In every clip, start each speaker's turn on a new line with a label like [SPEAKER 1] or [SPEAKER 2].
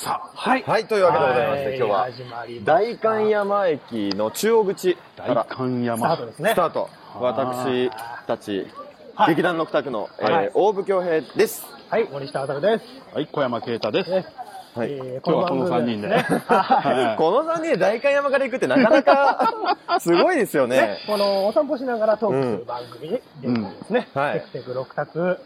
[SPEAKER 1] はい。
[SPEAKER 2] はい、というわけでございまして、
[SPEAKER 1] はい
[SPEAKER 2] 今日は
[SPEAKER 1] 始まりました
[SPEAKER 2] 大観山駅の中央口か
[SPEAKER 3] 大
[SPEAKER 2] ら
[SPEAKER 3] 観
[SPEAKER 1] スター
[SPEAKER 3] 山
[SPEAKER 1] トですね
[SPEAKER 2] ス。タート、私たち、
[SPEAKER 1] はい
[SPEAKER 2] 劇団六卓の、えー
[SPEAKER 1] はい
[SPEAKER 2] 大部京平です。
[SPEAKER 1] はい、森下浅です。
[SPEAKER 3] はい小山慶太です、
[SPEAKER 1] ね
[SPEAKER 2] はい
[SPEAKER 1] えー
[SPEAKER 3] 今日はこの三人で
[SPEAKER 1] 番組はですね
[SPEAKER 3] はい
[SPEAKER 2] この3人で大観山から行くってなかな かすごいですよ
[SPEAKER 1] ね
[SPEAKER 2] ね。
[SPEAKER 1] このお散歩しながらトークする番組で
[SPEAKER 3] うん
[SPEAKER 1] ですね。
[SPEAKER 2] うんはい
[SPEAKER 1] テクテク六択。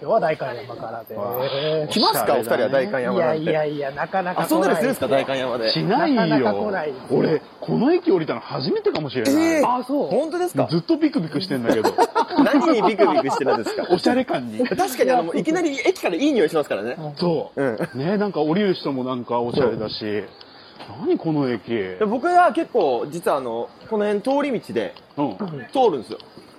[SPEAKER 1] 今日は大観山からで
[SPEAKER 2] 来ますか、お二人は大
[SPEAKER 1] す。
[SPEAKER 2] 観
[SPEAKER 1] い
[SPEAKER 2] 山な
[SPEAKER 1] や
[SPEAKER 2] ん
[SPEAKER 1] い
[SPEAKER 2] て。
[SPEAKER 1] やいや、なかなか
[SPEAKER 2] 遊ん
[SPEAKER 1] 来
[SPEAKER 2] だり
[SPEAKER 1] ない
[SPEAKER 2] するんですか、大観山で。
[SPEAKER 3] しないよ
[SPEAKER 1] なかなか来ないですね
[SPEAKER 3] 俺この駅降りたの初めてかもしれない、
[SPEAKER 2] えー
[SPEAKER 1] あ、そう。
[SPEAKER 2] 本当ですか
[SPEAKER 3] ずっとビクビクしてんだ けど
[SPEAKER 2] 何にビクビクしてたんですか
[SPEAKER 3] おしゃれ感に
[SPEAKER 2] 確かにあの、いきなり駅からいい匂いしますからね。
[SPEAKER 3] そう、
[SPEAKER 2] うん
[SPEAKER 3] ねなんか降りる人もなんかおしゃれだし何この駅
[SPEAKER 2] で僕は結構、実はあの、この辺通り道で
[SPEAKER 3] うん
[SPEAKER 2] 通るんですよ。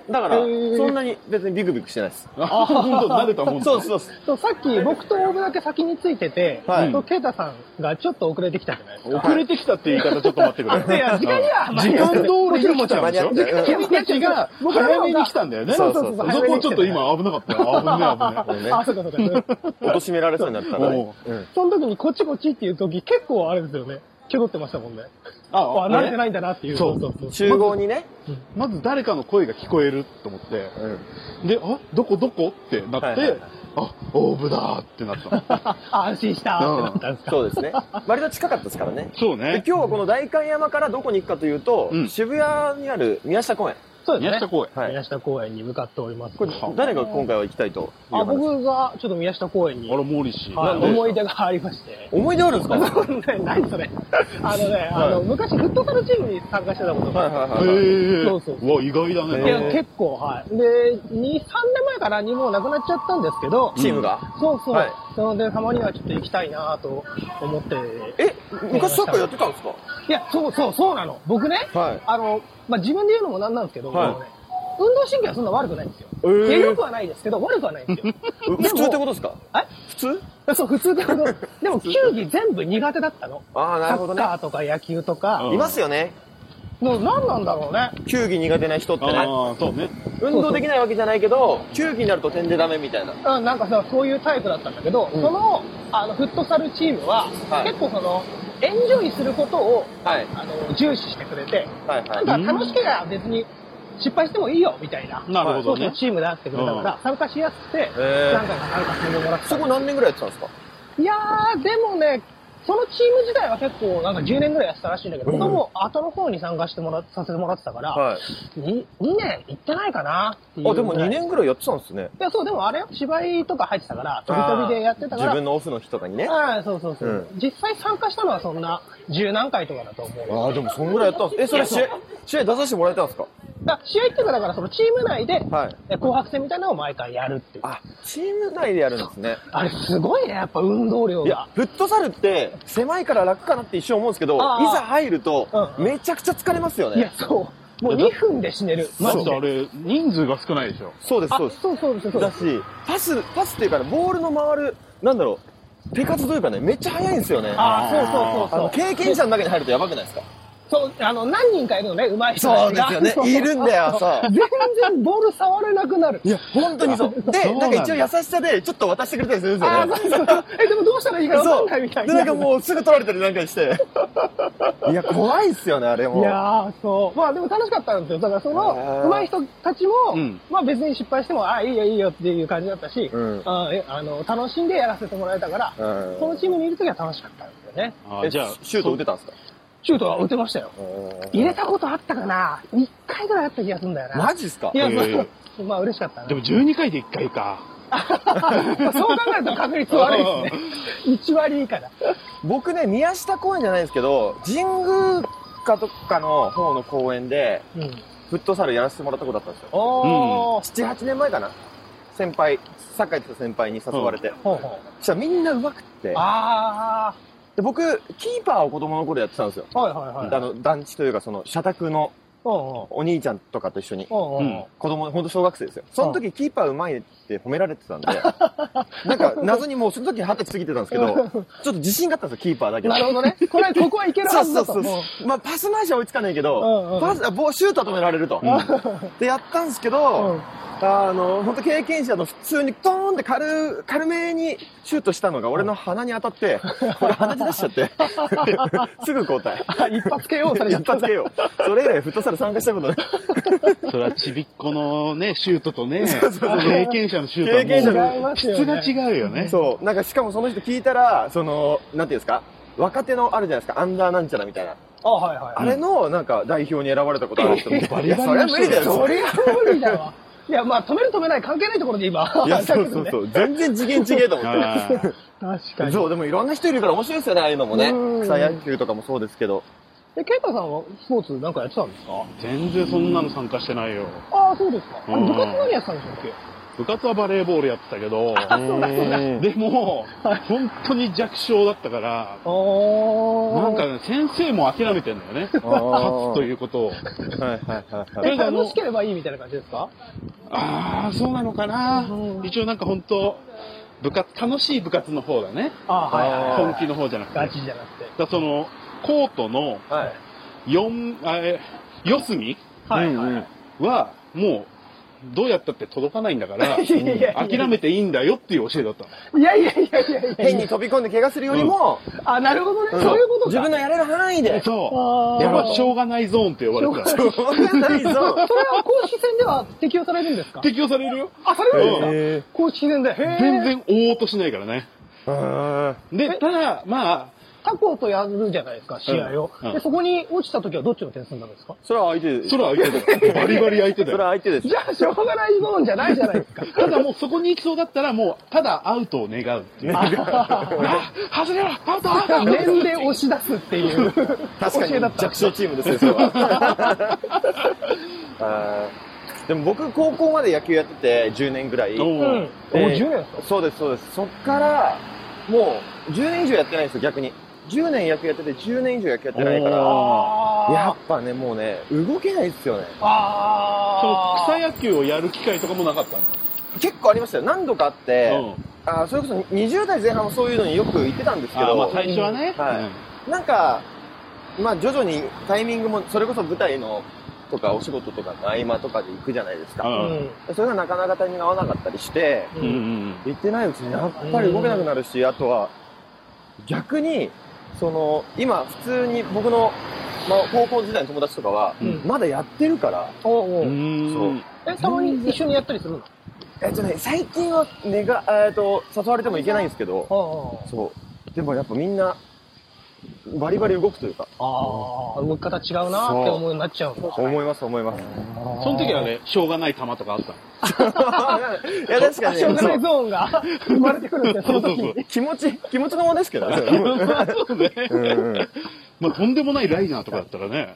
[SPEAKER 2] だから、
[SPEAKER 1] へー
[SPEAKER 2] そんなに別にビクビクしてないです。
[SPEAKER 3] あ本当慣れたもんだ
[SPEAKER 2] そうですそうです。
[SPEAKER 1] そうさっき僕と大部だけ先についてて、
[SPEAKER 2] はい
[SPEAKER 1] そう、ケイタさんがちょっと遅れてきたじゃないですか。
[SPEAKER 3] 遅れてきたって言い方ちょっと待ってください
[SPEAKER 1] いや時間には
[SPEAKER 3] うん時間通りに来たんで
[SPEAKER 2] もちろん間に
[SPEAKER 3] しょ
[SPEAKER 2] 合ってる
[SPEAKER 3] 君たちが早めに来たんだよね
[SPEAKER 2] そうそうそう
[SPEAKER 3] そこちょっと今危なかったよ危ねえ危ね
[SPEAKER 2] ね
[SPEAKER 1] あ、そうかそうか。
[SPEAKER 2] 貶としめられそうになったら、ね
[SPEAKER 3] お
[SPEAKER 2] うん
[SPEAKER 1] その時にこっちこっちっていう時結構あれですよね。気取ってましたもんね。
[SPEAKER 3] え
[SPEAKER 1] あ、
[SPEAKER 3] あ
[SPEAKER 1] 慣
[SPEAKER 3] あ
[SPEAKER 1] れて
[SPEAKER 3] れ
[SPEAKER 1] ないんだなっていう。
[SPEAKER 3] そう
[SPEAKER 1] そうそう。
[SPEAKER 2] 集合にね、
[SPEAKER 3] まず誰かの声が聞こえると思って
[SPEAKER 2] うん
[SPEAKER 3] であどこどこってな
[SPEAKER 2] は
[SPEAKER 3] っ
[SPEAKER 2] いはいは
[SPEAKER 3] て
[SPEAKER 2] い
[SPEAKER 3] あオーブだーってなったの
[SPEAKER 1] あ、安心したってなったんですか。
[SPEAKER 2] そうですね割と近かったですからね
[SPEAKER 3] そう
[SPEAKER 2] で
[SPEAKER 3] ね
[SPEAKER 2] 今日はこの代官山からどこに行くかというと、
[SPEAKER 3] うん
[SPEAKER 2] 渋谷にある宮下公園、
[SPEAKER 1] そうです
[SPEAKER 3] 宮
[SPEAKER 1] ね
[SPEAKER 3] 下。公園
[SPEAKER 2] はい、
[SPEAKER 1] 宮下公園に向かっております。
[SPEAKER 2] これ誰が今回は行きたいという
[SPEAKER 1] あ、
[SPEAKER 2] 話
[SPEAKER 1] 僕がちょっと宮下公園に、
[SPEAKER 3] あらモーリシー
[SPEAKER 1] はい
[SPEAKER 3] なんで
[SPEAKER 1] 思い出がありまして。
[SPEAKER 2] 思い出あるんですかはい
[SPEAKER 1] 何それ。あのね、あの、昔フットサルチームに参加してたことがあって
[SPEAKER 2] はいはい、
[SPEAKER 3] へえ
[SPEAKER 1] そうそうそう
[SPEAKER 3] わ意外だ
[SPEAKER 1] いや
[SPEAKER 3] ね、
[SPEAKER 1] 結構、はい。で、2、3年前かなにもうなくなっちゃったんですけど、
[SPEAKER 2] チームが、
[SPEAKER 1] そうそう。
[SPEAKER 2] はい
[SPEAKER 1] そので、たまにはちょっと行きたいなと思って。
[SPEAKER 2] え昔サッカーやってたんですか
[SPEAKER 1] いや、そうそう、そうなの。僕ね、
[SPEAKER 2] はい
[SPEAKER 1] あの、まあ、自分で言うのもなんなんですけど、
[SPEAKER 2] はい
[SPEAKER 1] あのね運動神経はそんな悪くないんですよ。
[SPEAKER 2] えー
[SPEAKER 1] いや良くはないですけど、悪くはないん ですよ。
[SPEAKER 2] う普通ってことですか
[SPEAKER 1] え
[SPEAKER 2] 普通
[SPEAKER 1] そう、普通だけど、でも球技全部苦手だったの。
[SPEAKER 2] ああな
[SPEAKER 1] サ
[SPEAKER 2] るほど
[SPEAKER 1] ッ
[SPEAKER 2] ね
[SPEAKER 1] カーとか野球とか
[SPEAKER 3] う、
[SPEAKER 2] いますよね
[SPEAKER 1] もう何なんだろうね。
[SPEAKER 2] 球技苦手な人ってね
[SPEAKER 3] ああそうね
[SPEAKER 2] 運動できないわけじゃないけど球技になると点でダメみたいな
[SPEAKER 1] うん、なんかさ、そういうタイプだったんだけど、
[SPEAKER 2] うん
[SPEAKER 1] その、あの、フットサルチームは、
[SPEAKER 2] はい
[SPEAKER 1] 結構その、エンジョイすることを、
[SPEAKER 2] はい
[SPEAKER 1] あの、重視してくれて、
[SPEAKER 2] はいは
[SPEAKER 1] ないんか楽しければ別に失敗してもいいよ、みたいな。
[SPEAKER 3] なるほど
[SPEAKER 1] そう
[SPEAKER 3] ね
[SPEAKER 1] そうチームであってくれたから、参加しやすくて、
[SPEAKER 2] えー
[SPEAKER 1] 何回か参加してもらって
[SPEAKER 2] そ
[SPEAKER 1] た。
[SPEAKER 2] こ何年ぐらいやってたんですか
[SPEAKER 1] いやー、でもね、そのチーム自体は結構なんか10年ぐらいやってたらしいんだけど、
[SPEAKER 2] うん
[SPEAKER 1] 僕はもう後の方に参加してもらさせてもらってたから、
[SPEAKER 2] はい
[SPEAKER 1] に 2, 年行ってないかなっていうぐ
[SPEAKER 2] あ
[SPEAKER 1] ら
[SPEAKER 2] で
[SPEAKER 1] い
[SPEAKER 2] も2年ぐらいやってたんですね
[SPEAKER 1] いや、そう、でもあれよ、芝居とか入ってたから、飛び飛びでやってたか
[SPEAKER 2] 自
[SPEAKER 1] ら、
[SPEAKER 2] 分のオフの日とかにね
[SPEAKER 1] ああ、そうそうそう、
[SPEAKER 2] う
[SPEAKER 1] 実際参加したのはそんな十何回とかだと思うよ。
[SPEAKER 2] ああ、でもそんぐらいやったんです。え、それ試合、試合出させてもらえたんですか
[SPEAKER 1] だから試合っていうか、だからそのチーム内で、
[SPEAKER 2] はい。
[SPEAKER 1] え紅白戦みたいなのを毎回やるっていう。あ
[SPEAKER 2] あ、チーム内でやるんですね。
[SPEAKER 1] れすごいね、やっぱ運動量
[SPEAKER 2] いや
[SPEAKER 1] が。、
[SPEAKER 2] フットサルって狭いから楽かなって一瞬思うんですけど、い
[SPEAKER 1] あー
[SPEAKER 2] ざ入ると
[SPEAKER 1] う
[SPEAKER 2] めちゃくちゃ疲れますよ
[SPEAKER 1] いや
[SPEAKER 2] ね。、
[SPEAKER 1] そう。もう2分で死ねる。
[SPEAKER 3] マ
[SPEAKER 1] マ
[SPEAKER 3] ジ
[SPEAKER 1] ジ
[SPEAKER 3] で
[SPEAKER 1] で。
[SPEAKER 3] あれ人数が少ないでしょ
[SPEAKER 2] そうです、
[SPEAKER 1] あ
[SPEAKER 2] そうです。
[SPEAKER 1] そうそうそうそう
[SPEAKER 2] だし、パス、パスっていうかね、ボールの回る、なんだろう、手数というかね、めっちゃ速いんですよね。あ
[SPEAKER 1] ああ、そうそう
[SPEAKER 2] の、
[SPEAKER 1] そうそう。
[SPEAKER 2] 経験者の中に入るとやばくないですか
[SPEAKER 1] そう、あの、何人かいるのね、上手い人たちが。
[SPEAKER 2] そうですよねいるんだよそう
[SPEAKER 1] 全然ボール触れなくなる。
[SPEAKER 2] いや、本当にそう。で、
[SPEAKER 3] そう
[SPEAKER 2] な
[SPEAKER 3] なんん
[SPEAKER 2] か
[SPEAKER 3] だ
[SPEAKER 2] 一応優しさでちょっと渡してくれたりするんです
[SPEAKER 1] あ
[SPEAKER 2] よ
[SPEAKER 1] あ、
[SPEAKER 2] ね。
[SPEAKER 1] そうそう。え、でもどうしたらいいか分かんないみたい
[SPEAKER 2] で
[SPEAKER 1] な。
[SPEAKER 2] なんかもうすぐ取られたりなんかして。いや、怖いっすよね、あれも。
[SPEAKER 1] いやー、そう。まあでも楽しかったんですよ。だからそ
[SPEAKER 2] へ
[SPEAKER 1] の、
[SPEAKER 2] ー
[SPEAKER 1] 上手い人たちも、
[SPEAKER 3] うん
[SPEAKER 1] まあ別に失敗しても、ああ、いいよいいよっていう感じだったし、
[SPEAKER 2] うん
[SPEAKER 1] あえあの楽しんでやらせてもらえたから、
[SPEAKER 2] うん
[SPEAKER 1] このチームにいるときは楽しかったんですよね。
[SPEAKER 3] あ
[SPEAKER 2] え、じゃあ、シュート打てたんですか
[SPEAKER 1] シュートは打てましたよ。入れたことあったかな ?1 回ぐらいあった気がするんだよな。
[SPEAKER 2] マジっすか
[SPEAKER 1] いや、
[SPEAKER 3] へ
[SPEAKER 1] ま
[SPEAKER 3] ー
[SPEAKER 1] あ、まあ嬉しかったな。
[SPEAKER 3] でも12回で1回か
[SPEAKER 1] そう考えると確率悪いですね。1割以下だ。
[SPEAKER 2] 僕ね、宮下公園じゃないんですけど、神宮かとかの方の公園で、
[SPEAKER 1] うん。
[SPEAKER 2] フットサルやらせてもらったことあったんですよ。
[SPEAKER 1] おー。
[SPEAKER 2] 7、8年前かな先輩、サッカーやってた先輩に誘われて。
[SPEAKER 1] ほうほう。
[SPEAKER 2] そしたらみんな上手くって。
[SPEAKER 1] あ
[SPEAKER 2] で僕、キーパーを子供の頃やってたんですよ。
[SPEAKER 1] ー。はいはいは
[SPEAKER 2] あ
[SPEAKER 1] い。
[SPEAKER 2] の、団地というか、その、社宅の
[SPEAKER 1] おう
[SPEAKER 2] お兄ちゃんとかと一緒に。
[SPEAKER 1] おう。おうおう。
[SPEAKER 3] うん
[SPEAKER 2] 子供、ほんと小学生ですよ。その時、キーパーうまいって褒められて たんで、なんか、謎にもうその時二十歳過ぎてたんですけど、ちょっと自信があったんですよ、キーパーだけど。
[SPEAKER 1] なるほどね。これ、ここはいける
[SPEAKER 2] そ
[SPEAKER 1] は
[SPEAKER 2] う
[SPEAKER 1] ず
[SPEAKER 2] そう
[SPEAKER 1] だと。
[SPEAKER 2] そう
[SPEAKER 1] もう
[SPEAKER 2] まあ、パス回しは追いつかないけ
[SPEAKER 1] うんう
[SPEAKER 2] ど、
[SPEAKER 1] ん
[SPEAKER 2] パスあボシュートは止められると。で、やったんですけど、
[SPEAKER 1] うん
[SPEAKER 2] あの、本当経験者の普通にトーンって軽、軽めにシュートしたのが俺の鼻に当たって、俺鼻血出しちゃ って、すぐ交代。
[SPEAKER 1] あ一発 KO されちゃ
[SPEAKER 2] 一
[SPEAKER 1] った
[SPEAKER 2] 発けよ。それ以来フットサル参加したことない。
[SPEAKER 3] それはちびっこのね、シュートとね、
[SPEAKER 2] そうそうそう
[SPEAKER 3] 経験者のシュートはもう
[SPEAKER 2] 経験者の
[SPEAKER 1] 違います
[SPEAKER 3] 質
[SPEAKER 1] よ
[SPEAKER 3] が
[SPEAKER 1] ね
[SPEAKER 3] 違うよね。
[SPEAKER 2] そう。なんかしかもその人聞いたら、その、なんていうんですか若手のあるじゃないですか、アンダーなんちゃらみたいな。
[SPEAKER 1] あはいはい
[SPEAKER 2] あれの、なんか代表に選ばれたことある人みたいな。
[SPEAKER 3] バリバリの人
[SPEAKER 2] いやそれは無理だよ。
[SPEAKER 1] それは無理だわいやまあ止める止めない関係ないところで今
[SPEAKER 2] いや、そうそう
[SPEAKER 1] だけ
[SPEAKER 2] そ
[SPEAKER 1] どね
[SPEAKER 2] う。全然次元違えと思って。
[SPEAKER 3] あー
[SPEAKER 1] 確かに
[SPEAKER 2] そう、でもいろんな人いるから面白いですよね、ああいうのもね
[SPEAKER 1] う。ん
[SPEAKER 2] 草野球とかもそうですけど。
[SPEAKER 1] えケイタさんはスポーツなんかやってたんですか
[SPEAKER 3] 全然そんなの参加してないよ。
[SPEAKER 1] ああそうですかあ
[SPEAKER 3] うん
[SPEAKER 1] 部活何やってたんでしたっけ
[SPEAKER 3] 部活はバレーボールやってたけど、
[SPEAKER 1] そうだそうだ
[SPEAKER 2] ん
[SPEAKER 3] でも、本当に弱小だったから、
[SPEAKER 1] ああ
[SPEAKER 3] なんかね、先生も諦めてんだよね。勝つということを。
[SPEAKER 2] はいはいはいはい。
[SPEAKER 3] とりあえずあの
[SPEAKER 1] 楽しければいいみたいな感じですか
[SPEAKER 3] ああ、そうなのかな
[SPEAKER 1] う。ん
[SPEAKER 3] 一応なんか本当、部活、楽しい部活の方だね。
[SPEAKER 1] ああはいはい
[SPEAKER 3] 本
[SPEAKER 1] はい
[SPEAKER 3] 気の方じゃなくて。だ
[SPEAKER 1] ガ
[SPEAKER 3] か
[SPEAKER 1] チじゃなくて
[SPEAKER 3] らその、コートの
[SPEAKER 2] はい。
[SPEAKER 3] 4、あえ、四隅
[SPEAKER 1] はい
[SPEAKER 2] うん
[SPEAKER 1] は
[SPEAKER 2] うん
[SPEAKER 1] い
[SPEAKER 3] は、もう、どうやったって届かないんだから、諦めていいんだよっていう教えだったの。
[SPEAKER 1] いやいやいやいやいや
[SPEAKER 2] 変に飛び込んで怪我するよりも、
[SPEAKER 1] あなるほどね
[SPEAKER 2] うん
[SPEAKER 1] そういうことか
[SPEAKER 2] 自分のやれる範囲で。
[SPEAKER 3] そ
[SPEAKER 1] あ
[SPEAKER 3] う。
[SPEAKER 1] ー
[SPEAKER 3] やばしょうがないゾーンって呼ばれてた。
[SPEAKER 2] そうないぞ。
[SPEAKER 1] それは公式戦では適用されるんですか
[SPEAKER 3] 適用されるよ。
[SPEAKER 1] あされるんですか、
[SPEAKER 2] へ
[SPEAKER 1] 公式戦でへえ
[SPEAKER 3] 全然追おうとしないからね。
[SPEAKER 2] あ
[SPEAKER 3] で、ただ、まあ、
[SPEAKER 1] 他校とやるじゃないですか試合を、
[SPEAKER 3] うんうん
[SPEAKER 1] でそこに落ちた時はどっちの点数になるんですか
[SPEAKER 2] ーそれは相手です。
[SPEAKER 3] それは相手だよ。バリバリ相手 だ
[SPEAKER 2] それは
[SPEAKER 3] よ。
[SPEAKER 2] 相手です
[SPEAKER 1] じ。ゃあしょうがないゾーンじゃないじゃ ないですか
[SPEAKER 3] ただもうそこに行きそうだったら、もう、ただアウトを願うっていう。 あ、外れろアウトアウト
[SPEAKER 1] 面で押し出すっていう
[SPEAKER 2] 確かに
[SPEAKER 1] 教えだった
[SPEAKER 2] 弱小チームですね、それは。 あーでも僕、高校まで野球やってて、10年ぐらい。
[SPEAKER 3] お
[SPEAKER 1] うん
[SPEAKER 3] う
[SPEAKER 1] もう10年ですか
[SPEAKER 2] そうです、そうです。そっから、もう、10年以上やってないんですよ、逆に。10年野球やってて、10年以上野球やってないか
[SPEAKER 3] お
[SPEAKER 2] ら、
[SPEAKER 1] あー
[SPEAKER 2] やっぱね、もうね、動けないですよね。
[SPEAKER 3] その
[SPEAKER 1] あ
[SPEAKER 3] 草
[SPEAKER 1] ー
[SPEAKER 3] 野球をやる機会とかもなかったん
[SPEAKER 2] 結構ありましたよ。何度かあって、
[SPEAKER 3] だ。うん。
[SPEAKER 2] あーそれこそ20代前半もそういうのによく行ってたんですけ
[SPEAKER 3] あ
[SPEAKER 2] ど、
[SPEAKER 3] まあ最初はね。
[SPEAKER 2] はい
[SPEAKER 3] い。
[SPEAKER 2] なんか、まあ徐々にタイミングも、それこそ舞台のとかお仕事とかの合間とかで行くじゃないです
[SPEAKER 3] う
[SPEAKER 2] か。
[SPEAKER 3] ん
[SPEAKER 2] それがなかなかタイミング合わなかったりして、
[SPEAKER 1] う
[SPEAKER 3] うん
[SPEAKER 1] ん
[SPEAKER 3] うん
[SPEAKER 2] 行ってないうちにやっぱり動けなくなるし、あとは逆に、その、今普通に僕の、まあ高校時代の友達とかは、
[SPEAKER 1] うん
[SPEAKER 2] まだやってるから、
[SPEAKER 1] おうお
[SPEAKER 3] う
[SPEAKER 2] そう
[SPEAKER 1] う、
[SPEAKER 3] ん。うん
[SPEAKER 1] えたまに一緒にやったりするの
[SPEAKER 2] えっとね、最近はねが、えっと、誘われてもいけないんですけど、
[SPEAKER 1] あ
[SPEAKER 2] そう。でもやっぱみんな、バリバリ動くというか、
[SPEAKER 1] あー動き方違うなって思うようになっちゃうんだ
[SPEAKER 2] 思います、思います。
[SPEAKER 3] その時はね、しょうがない球とかあったの。
[SPEAKER 2] いや、確か
[SPEAKER 1] あ
[SPEAKER 2] に、
[SPEAKER 1] しょうが
[SPEAKER 2] そ
[SPEAKER 1] ないうゾーンが生まれてくるんですよその時に
[SPEAKER 2] 気持ち、気持ちのもんですけどね。それ も
[SPEAKER 3] そうね。
[SPEAKER 2] うんうん
[SPEAKER 3] まあとんでもないライナーとかだったらね、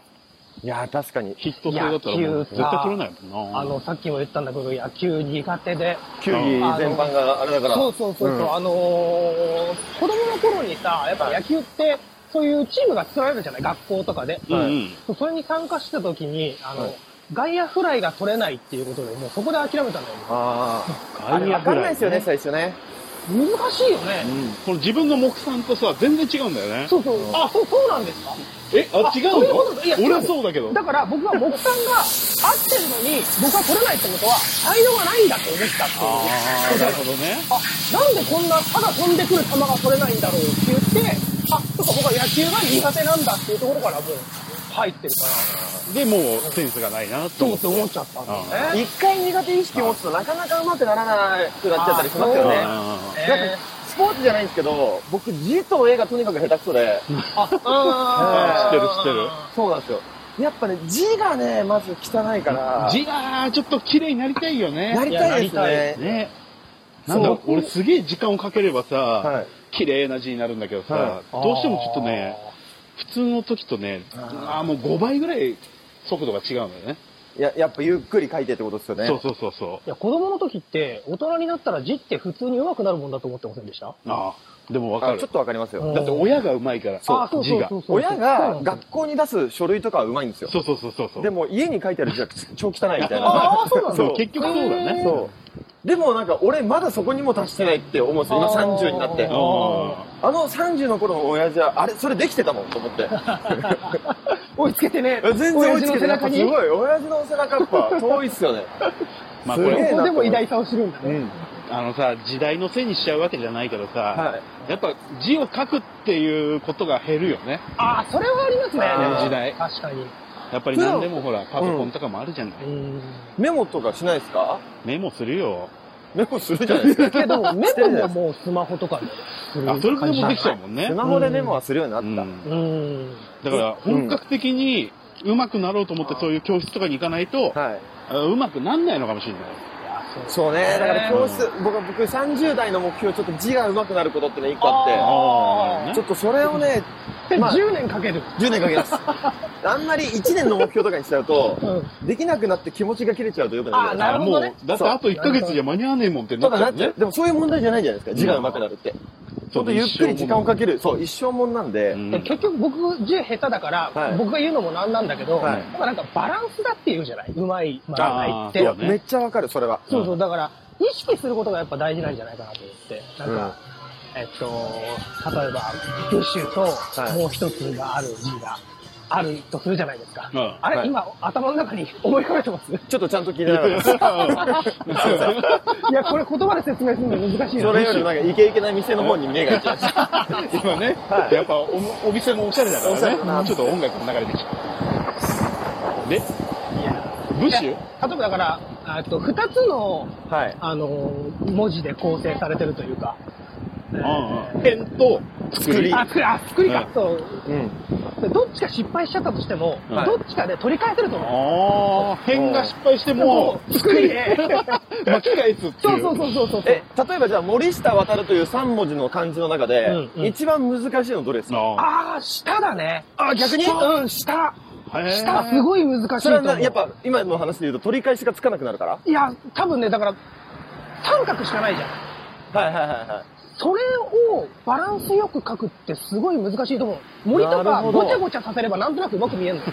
[SPEAKER 2] いや、確かに。
[SPEAKER 3] ヒット性だったらもう絶対取れないもんな。
[SPEAKER 1] あの、さっきも言ったんだけど、野球苦手で。
[SPEAKER 2] 球技全般があれだから。
[SPEAKER 1] そうそうそうそう、
[SPEAKER 2] うん
[SPEAKER 1] あのー子供の頃にさ、やっぱ野球って、そういうチームが作られるじゃない学校とかで。
[SPEAKER 3] うんうん。
[SPEAKER 1] それに参加してた時に、あの、
[SPEAKER 2] はい
[SPEAKER 1] 外野フライが取れないっていうことで、もうそこで諦めたんだよ。
[SPEAKER 2] ああ。あれ
[SPEAKER 3] 外野
[SPEAKER 2] わ
[SPEAKER 3] フ
[SPEAKER 2] かん
[SPEAKER 3] ラ
[SPEAKER 2] ない
[SPEAKER 3] イ
[SPEAKER 2] ですよね、最初ね。
[SPEAKER 1] 難しいよね。
[SPEAKER 3] この自分の目算とさ、全然違うんだよね。
[SPEAKER 1] そうそう。あ、そう、そうなんですか
[SPEAKER 3] え、あ、違う
[SPEAKER 1] そういうことだいや
[SPEAKER 3] の俺はそうだけど。
[SPEAKER 1] だから僕は木さんが合ってるのに、僕は取れないってことは、才能がないんだと思ったっていう。
[SPEAKER 3] ああ、なるほどね。
[SPEAKER 1] あ、なんでこんなただ飛んでくる球が取れないんだろうって言って、あ、そうか僕は野球が苦手なんだっていうところからもう入ってるから、
[SPEAKER 3] で、もうセンスがないなと
[SPEAKER 1] そう
[SPEAKER 3] 思
[SPEAKER 1] っ
[SPEAKER 3] ってて。
[SPEAKER 1] 思っちゃったんだよね。
[SPEAKER 2] 一回苦手意識持つとなかなかうまくならなくなっちゃったりしますよね。なんか
[SPEAKER 3] あ
[SPEAKER 1] え
[SPEAKER 2] スポーツじゃないんですけど、僕、字と絵がとにかく下手くそで、
[SPEAKER 1] ー、あ、あ
[SPEAKER 3] 知ってる知ってる
[SPEAKER 2] そうなんですよ。やっぱね、字がね、まず汚いから
[SPEAKER 3] ー、字がちょっと綺麗になりたいよ
[SPEAKER 2] な
[SPEAKER 3] ね。
[SPEAKER 2] りたいです
[SPEAKER 1] いやな
[SPEAKER 2] ね。
[SPEAKER 3] ね。なんだろう、俺すげえ時間をかければさ、
[SPEAKER 2] はい。
[SPEAKER 3] 綺麗な字になるんだけど
[SPEAKER 2] は
[SPEAKER 3] さ、どうしてもちょっとね、普通の時とね、ああ、もう5倍ぐらい速度が違うんだよね。
[SPEAKER 2] や、やっぱゆっくり書いてってことですよね。
[SPEAKER 3] そうそうそうそ
[SPEAKER 1] いや、子供の時って、大人になったら字って普通に上手くなるもんだと思ってませんでした
[SPEAKER 3] う。ああ、でもわか
[SPEAKER 2] あちょ
[SPEAKER 3] る
[SPEAKER 2] っ。とわかりますよ。
[SPEAKER 1] うん
[SPEAKER 3] だって親がうまいから、
[SPEAKER 1] あそう
[SPEAKER 3] 字
[SPEAKER 1] そう
[SPEAKER 3] が
[SPEAKER 1] そ。うそう。
[SPEAKER 2] 親が
[SPEAKER 1] そうなんです
[SPEAKER 2] 学校に出す書類とかはうまいんですよ。
[SPEAKER 3] そうそうそうそうそう。
[SPEAKER 2] でも家に書いてある字は超汚いみたい
[SPEAKER 1] よ
[SPEAKER 2] な。
[SPEAKER 1] ああ、そうなんだ
[SPEAKER 3] そう、。結局そうだね。
[SPEAKER 2] そう。でもなんか俺まだそこにも達してないって思うんですよ。今
[SPEAKER 1] あー
[SPEAKER 2] 30になって。
[SPEAKER 1] あ
[SPEAKER 2] あの30の頃の親父は、あれそれできてたもんと思 って。
[SPEAKER 1] 追いつけてね。
[SPEAKER 2] 全然追いつけてな
[SPEAKER 1] 親
[SPEAKER 2] い。
[SPEAKER 1] 父の背中
[SPEAKER 2] す
[SPEAKER 1] に。
[SPEAKER 2] ごい。親父の背中やっぱ遠いっすよね。
[SPEAKER 3] まあ
[SPEAKER 2] す
[SPEAKER 3] こ
[SPEAKER 2] げえ
[SPEAKER 3] れ、
[SPEAKER 1] そこでも偉大さを知るんだ
[SPEAKER 2] う
[SPEAKER 1] ね。
[SPEAKER 2] ん。
[SPEAKER 3] あのさ、時代のせいにしちゃうわけじゃないけどさ、
[SPEAKER 2] はい。
[SPEAKER 3] やっぱ字を書くっていうことが減るよね。
[SPEAKER 1] ああ、それはありますね。
[SPEAKER 2] あー
[SPEAKER 3] 時代
[SPEAKER 1] 確かに。
[SPEAKER 3] やっぱり何でもほら、パソコンとかもあるじゃない。
[SPEAKER 1] うん。
[SPEAKER 2] メモとかしないですか
[SPEAKER 3] メモするよ。
[SPEAKER 2] メモするじゃないですか。
[SPEAKER 1] けど、メモももうスマホとかでする
[SPEAKER 3] あ、それでもできちゃうもんね
[SPEAKER 2] ス。マホでメモはするようにな
[SPEAKER 3] う
[SPEAKER 2] った。
[SPEAKER 3] ん
[SPEAKER 1] うん。
[SPEAKER 3] だから本格的に上手くなろうと思ってそういう教室とかに行かないと、
[SPEAKER 2] はい。
[SPEAKER 3] あ上手くなんないのかもしれない。
[SPEAKER 2] そうね。だから教室、僕は僕30代の目標、ちょっと字が上手くなることってね、一個あ
[SPEAKER 1] あ
[SPEAKER 3] ーなるほ
[SPEAKER 2] っ
[SPEAKER 3] ど
[SPEAKER 2] て、
[SPEAKER 3] ね
[SPEAKER 2] ちょっとそれをね、
[SPEAKER 1] で、
[SPEAKER 2] まあ
[SPEAKER 1] 10年かける。
[SPEAKER 2] 10年かけます。あんまり1年の目標とかにしちゃうと、
[SPEAKER 1] うん。
[SPEAKER 2] できなくなって気持ちが切れちゃうとよくないじゃない
[SPEAKER 1] なるほどね
[SPEAKER 3] もう、だってあと1ヶ月じゃ間に合わねえもんって
[SPEAKER 2] です
[SPEAKER 3] な
[SPEAKER 2] か。と
[SPEAKER 3] っ
[SPEAKER 2] か
[SPEAKER 3] ちゃ
[SPEAKER 2] な
[SPEAKER 3] う
[SPEAKER 2] っちゃ
[SPEAKER 3] ね
[SPEAKER 2] う。。でもそういう問題じゃないじゃないですか。字が上手くなるって。ちょっとゆっくり時間をかける。そう、一生もんなんで。
[SPEAKER 3] うん
[SPEAKER 1] で結局僕、字下手だから、
[SPEAKER 2] はい
[SPEAKER 1] 僕が言うのもなんなんだけど、
[SPEAKER 2] はい
[SPEAKER 1] やっぱなんかバランスだって言うじゃないうまい、まあ、ないっ
[SPEAKER 3] あー
[SPEAKER 1] て
[SPEAKER 3] そ
[SPEAKER 2] そうう
[SPEAKER 3] ね
[SPEAKER 2] めっちゃわかる、それは。
[SPEAKER 1] そうそう、だから、意識することがやっぱ大事なんじゃないかなと思って。なんか、えっと、例えば、プッシュと、
[SPEAKER 2] い
[SPEAKER 1] もう一つがある字があるとするじゃないですか。
[SPEAKER 3] うん
[SPEAKER 1] あれ、
[SPEAKER 2] はい
[SPEAKER 1] 今、頭の中に思い浮かべてます
[SPEAKER 2] ちょっとちゃんと聞いてな かったです。
[SPEAKER 1] いや、これ言葉で説明するの難しい
[SPEAKER 2] そ
[SPEAKER 1] よ
[SPEAKER 2] れ
[SPEAKER 1] ね。
[SPEAKER 2] よりなんかイケイケな店の方に目がいっちゃうし。
[SPEAKER 3] 今ね、
[SPEAKER 2] はい
[SPEAKER 3] やっぱおお店もおしゃれだか
[SPEAKER 2] おしゃれだ
[SPEAKER 3] ら
[SPEAKER 2] な
[SPEAKER 3] ね、ちょっと音楽も流れてきちゃう。で、
[SPEAKER 1] いや
[SPEAKER 3] ブッシ
[SPEAKER 1] い
[SPEAKER 3] ュ
[SPEAKER 1] や例えばだから、あえっと、二つの、
[SPEAKER 2] はい。
[SPEAKER 1] あの、文字で構成されてるというか、
[SPEAKER 3] 点と作り。
[SPEAKER 1] あ、作り、あ、作りか
[SPEAKER 3] う。ん
[SPEAKER 1] そう。
[SPEAKER 2] うん。
[SPEAKER 1] でどっちか失敗しちゃったとしても、
[SPEAKER 3] はい
[SPEAKER 1] どっちかで取り返せると思う。
[SPEAKER 3] ああ、変が失敗しても、
[SPEAKER 1] 作りで。
[SPEAKER 3] 巻き返すって
[SPEAKER 1] そ
[SPEAKER 3] いうう。
[SPEAKER 1] そうそうそうそう。
[SPEAKER 2] え、例えばじゃあ、森下渡るという3文字の漢字の中で、
[SPEAKER 1] うんうん
[SPEAKER 2] 一番難しいのどれですか
[SPEAKER 3] あ
[SPEAKER 1] ああ、下だね。
[SPEAKER 2] あ逆に
[SPEAKER 1] 下うん、下。
[SPEAKER 3] あへー
[SPEAKER 1] 下、すごい難しいと思う。
[SPEAKER 2] それはなやっぱ、今の話で言うと取り返しがつかなくなるから
[SPEAKER 1] いや、多分ね、だから、三角しかないじゃん。
[SPEAKER 2] はいはいはいはい。
[SPEAKER 1] それをバランスよく書くってすごい難しいと思う。森と
[SPEAKER 2] な
[SPEAKER 1] か
[SPEAKER 2] るほど
[SPEAKER 1] ごちゃごちゃさせればなんとなくうまく見え るの。
[SPEAKER 2] い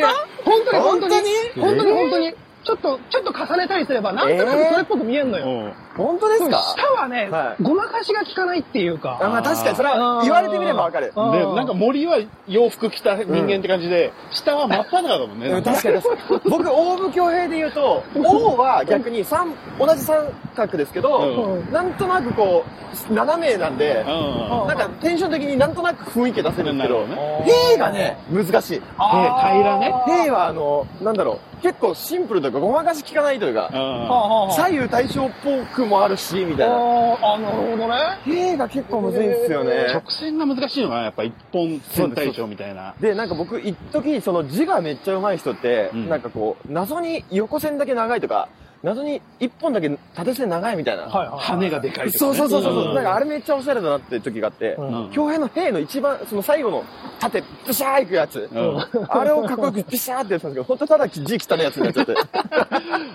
[SPEAKER 2] や本当
[SPEAKER 1] いや本当に本当に本
[SPEAKER 2] 本
[SPEAKER 1] 当
[SPEAKER 2] 当
[SPEAKER 1] に
[SPEAKER 2] に
[SPEAKER 1] 本当に。ちょっと、ちょっと重ねたりすればなんとなくそれっぽく見えるのよ。
[SPEAKER 3] うん
[SPEAKER 2] 本当で
[SPEAKER 1] そ
[SPEAKER 2] す
[SPEAKER 1] う
[SPEAKER 2] か
[SPEAKER 1] 下はね、
[SPEAKER 2] はい
[SPEAKER 1] ごまかしが効かないっていうか。
[SPEAKER 2] あ、まあ確かに、それは言われてみればわかる。
[SPEAKER 1] うん
[SPEAKER 3] で、なんか森は洋服着た人間って感じで、下は真っ裸だもんね。
[SPEAKER 2] うん確かに確かに。 僕、大武京平で言うと、王は逆に三、同じ三角ですけど、
[SPEAKER 1] うん
[SPEAKER 2] なんとなくこう、斜めなんで
[SPEAKER 3] う、ん。
[SPEAKER 1] うん
[SPEAKER 2] なんかテンション的になんとなく雰囲気出せるんですけど
[SPEAKER 3] なる、
[SPEAKER 2] 兵がね、難しい。
[SPEAKER 1] あー
[SPEAKER 3] 平らね
[SPEAKER 2] 兵はあの、なんだろう、結構シンプルというか、ごまかし効かないというか、
[SPEAKER 3] あ
[SPEAKER 1] はあ、
[SPEAKER 2] 左右対称っぽくもあるし、みたいな。
[SPEAKER 1] あーあ、なるほどね。
[SPEAKER 2] 兵が結構むずいんですよ
[SPEAKER 3] あ
[SPEAKER 2] ね
[SPEAKER 3] 直。線が難しいのかなやっぱ一本線対称みたいな。
[SPEAKER 2] で、なんか僕、一時その字がめっちゃ上手い人って、
[SPEAKER 3] うん
[SPEAKER 2] なんかこう、謎に横線だけ長いとか、謎に一本だけ縦線長いみたいな。
[SPEAKER 1] はいはい。
[SPEAKER 3] 羽がでかいとか
[SPEAKER 2] そ
[SPEAKER 3] ね。
[SPEAKER 2] うそうそうそう、
[SPEAKER 3] ん
[SPEAKER 2] なんかあれめっちゃおしゃれだなって時があって、
[SPEAKER 1] うん
[SPEAKER 3] うん
[SPEAKER 2] 京平の兵の一番、その最後の縦、ピシャーいくやつ。
[SPEAKER 3] うん
[SPEAKER 2] あれをかっこよくピシャーってやってたんですけど、本当ただ字汚いやつになっちゃって。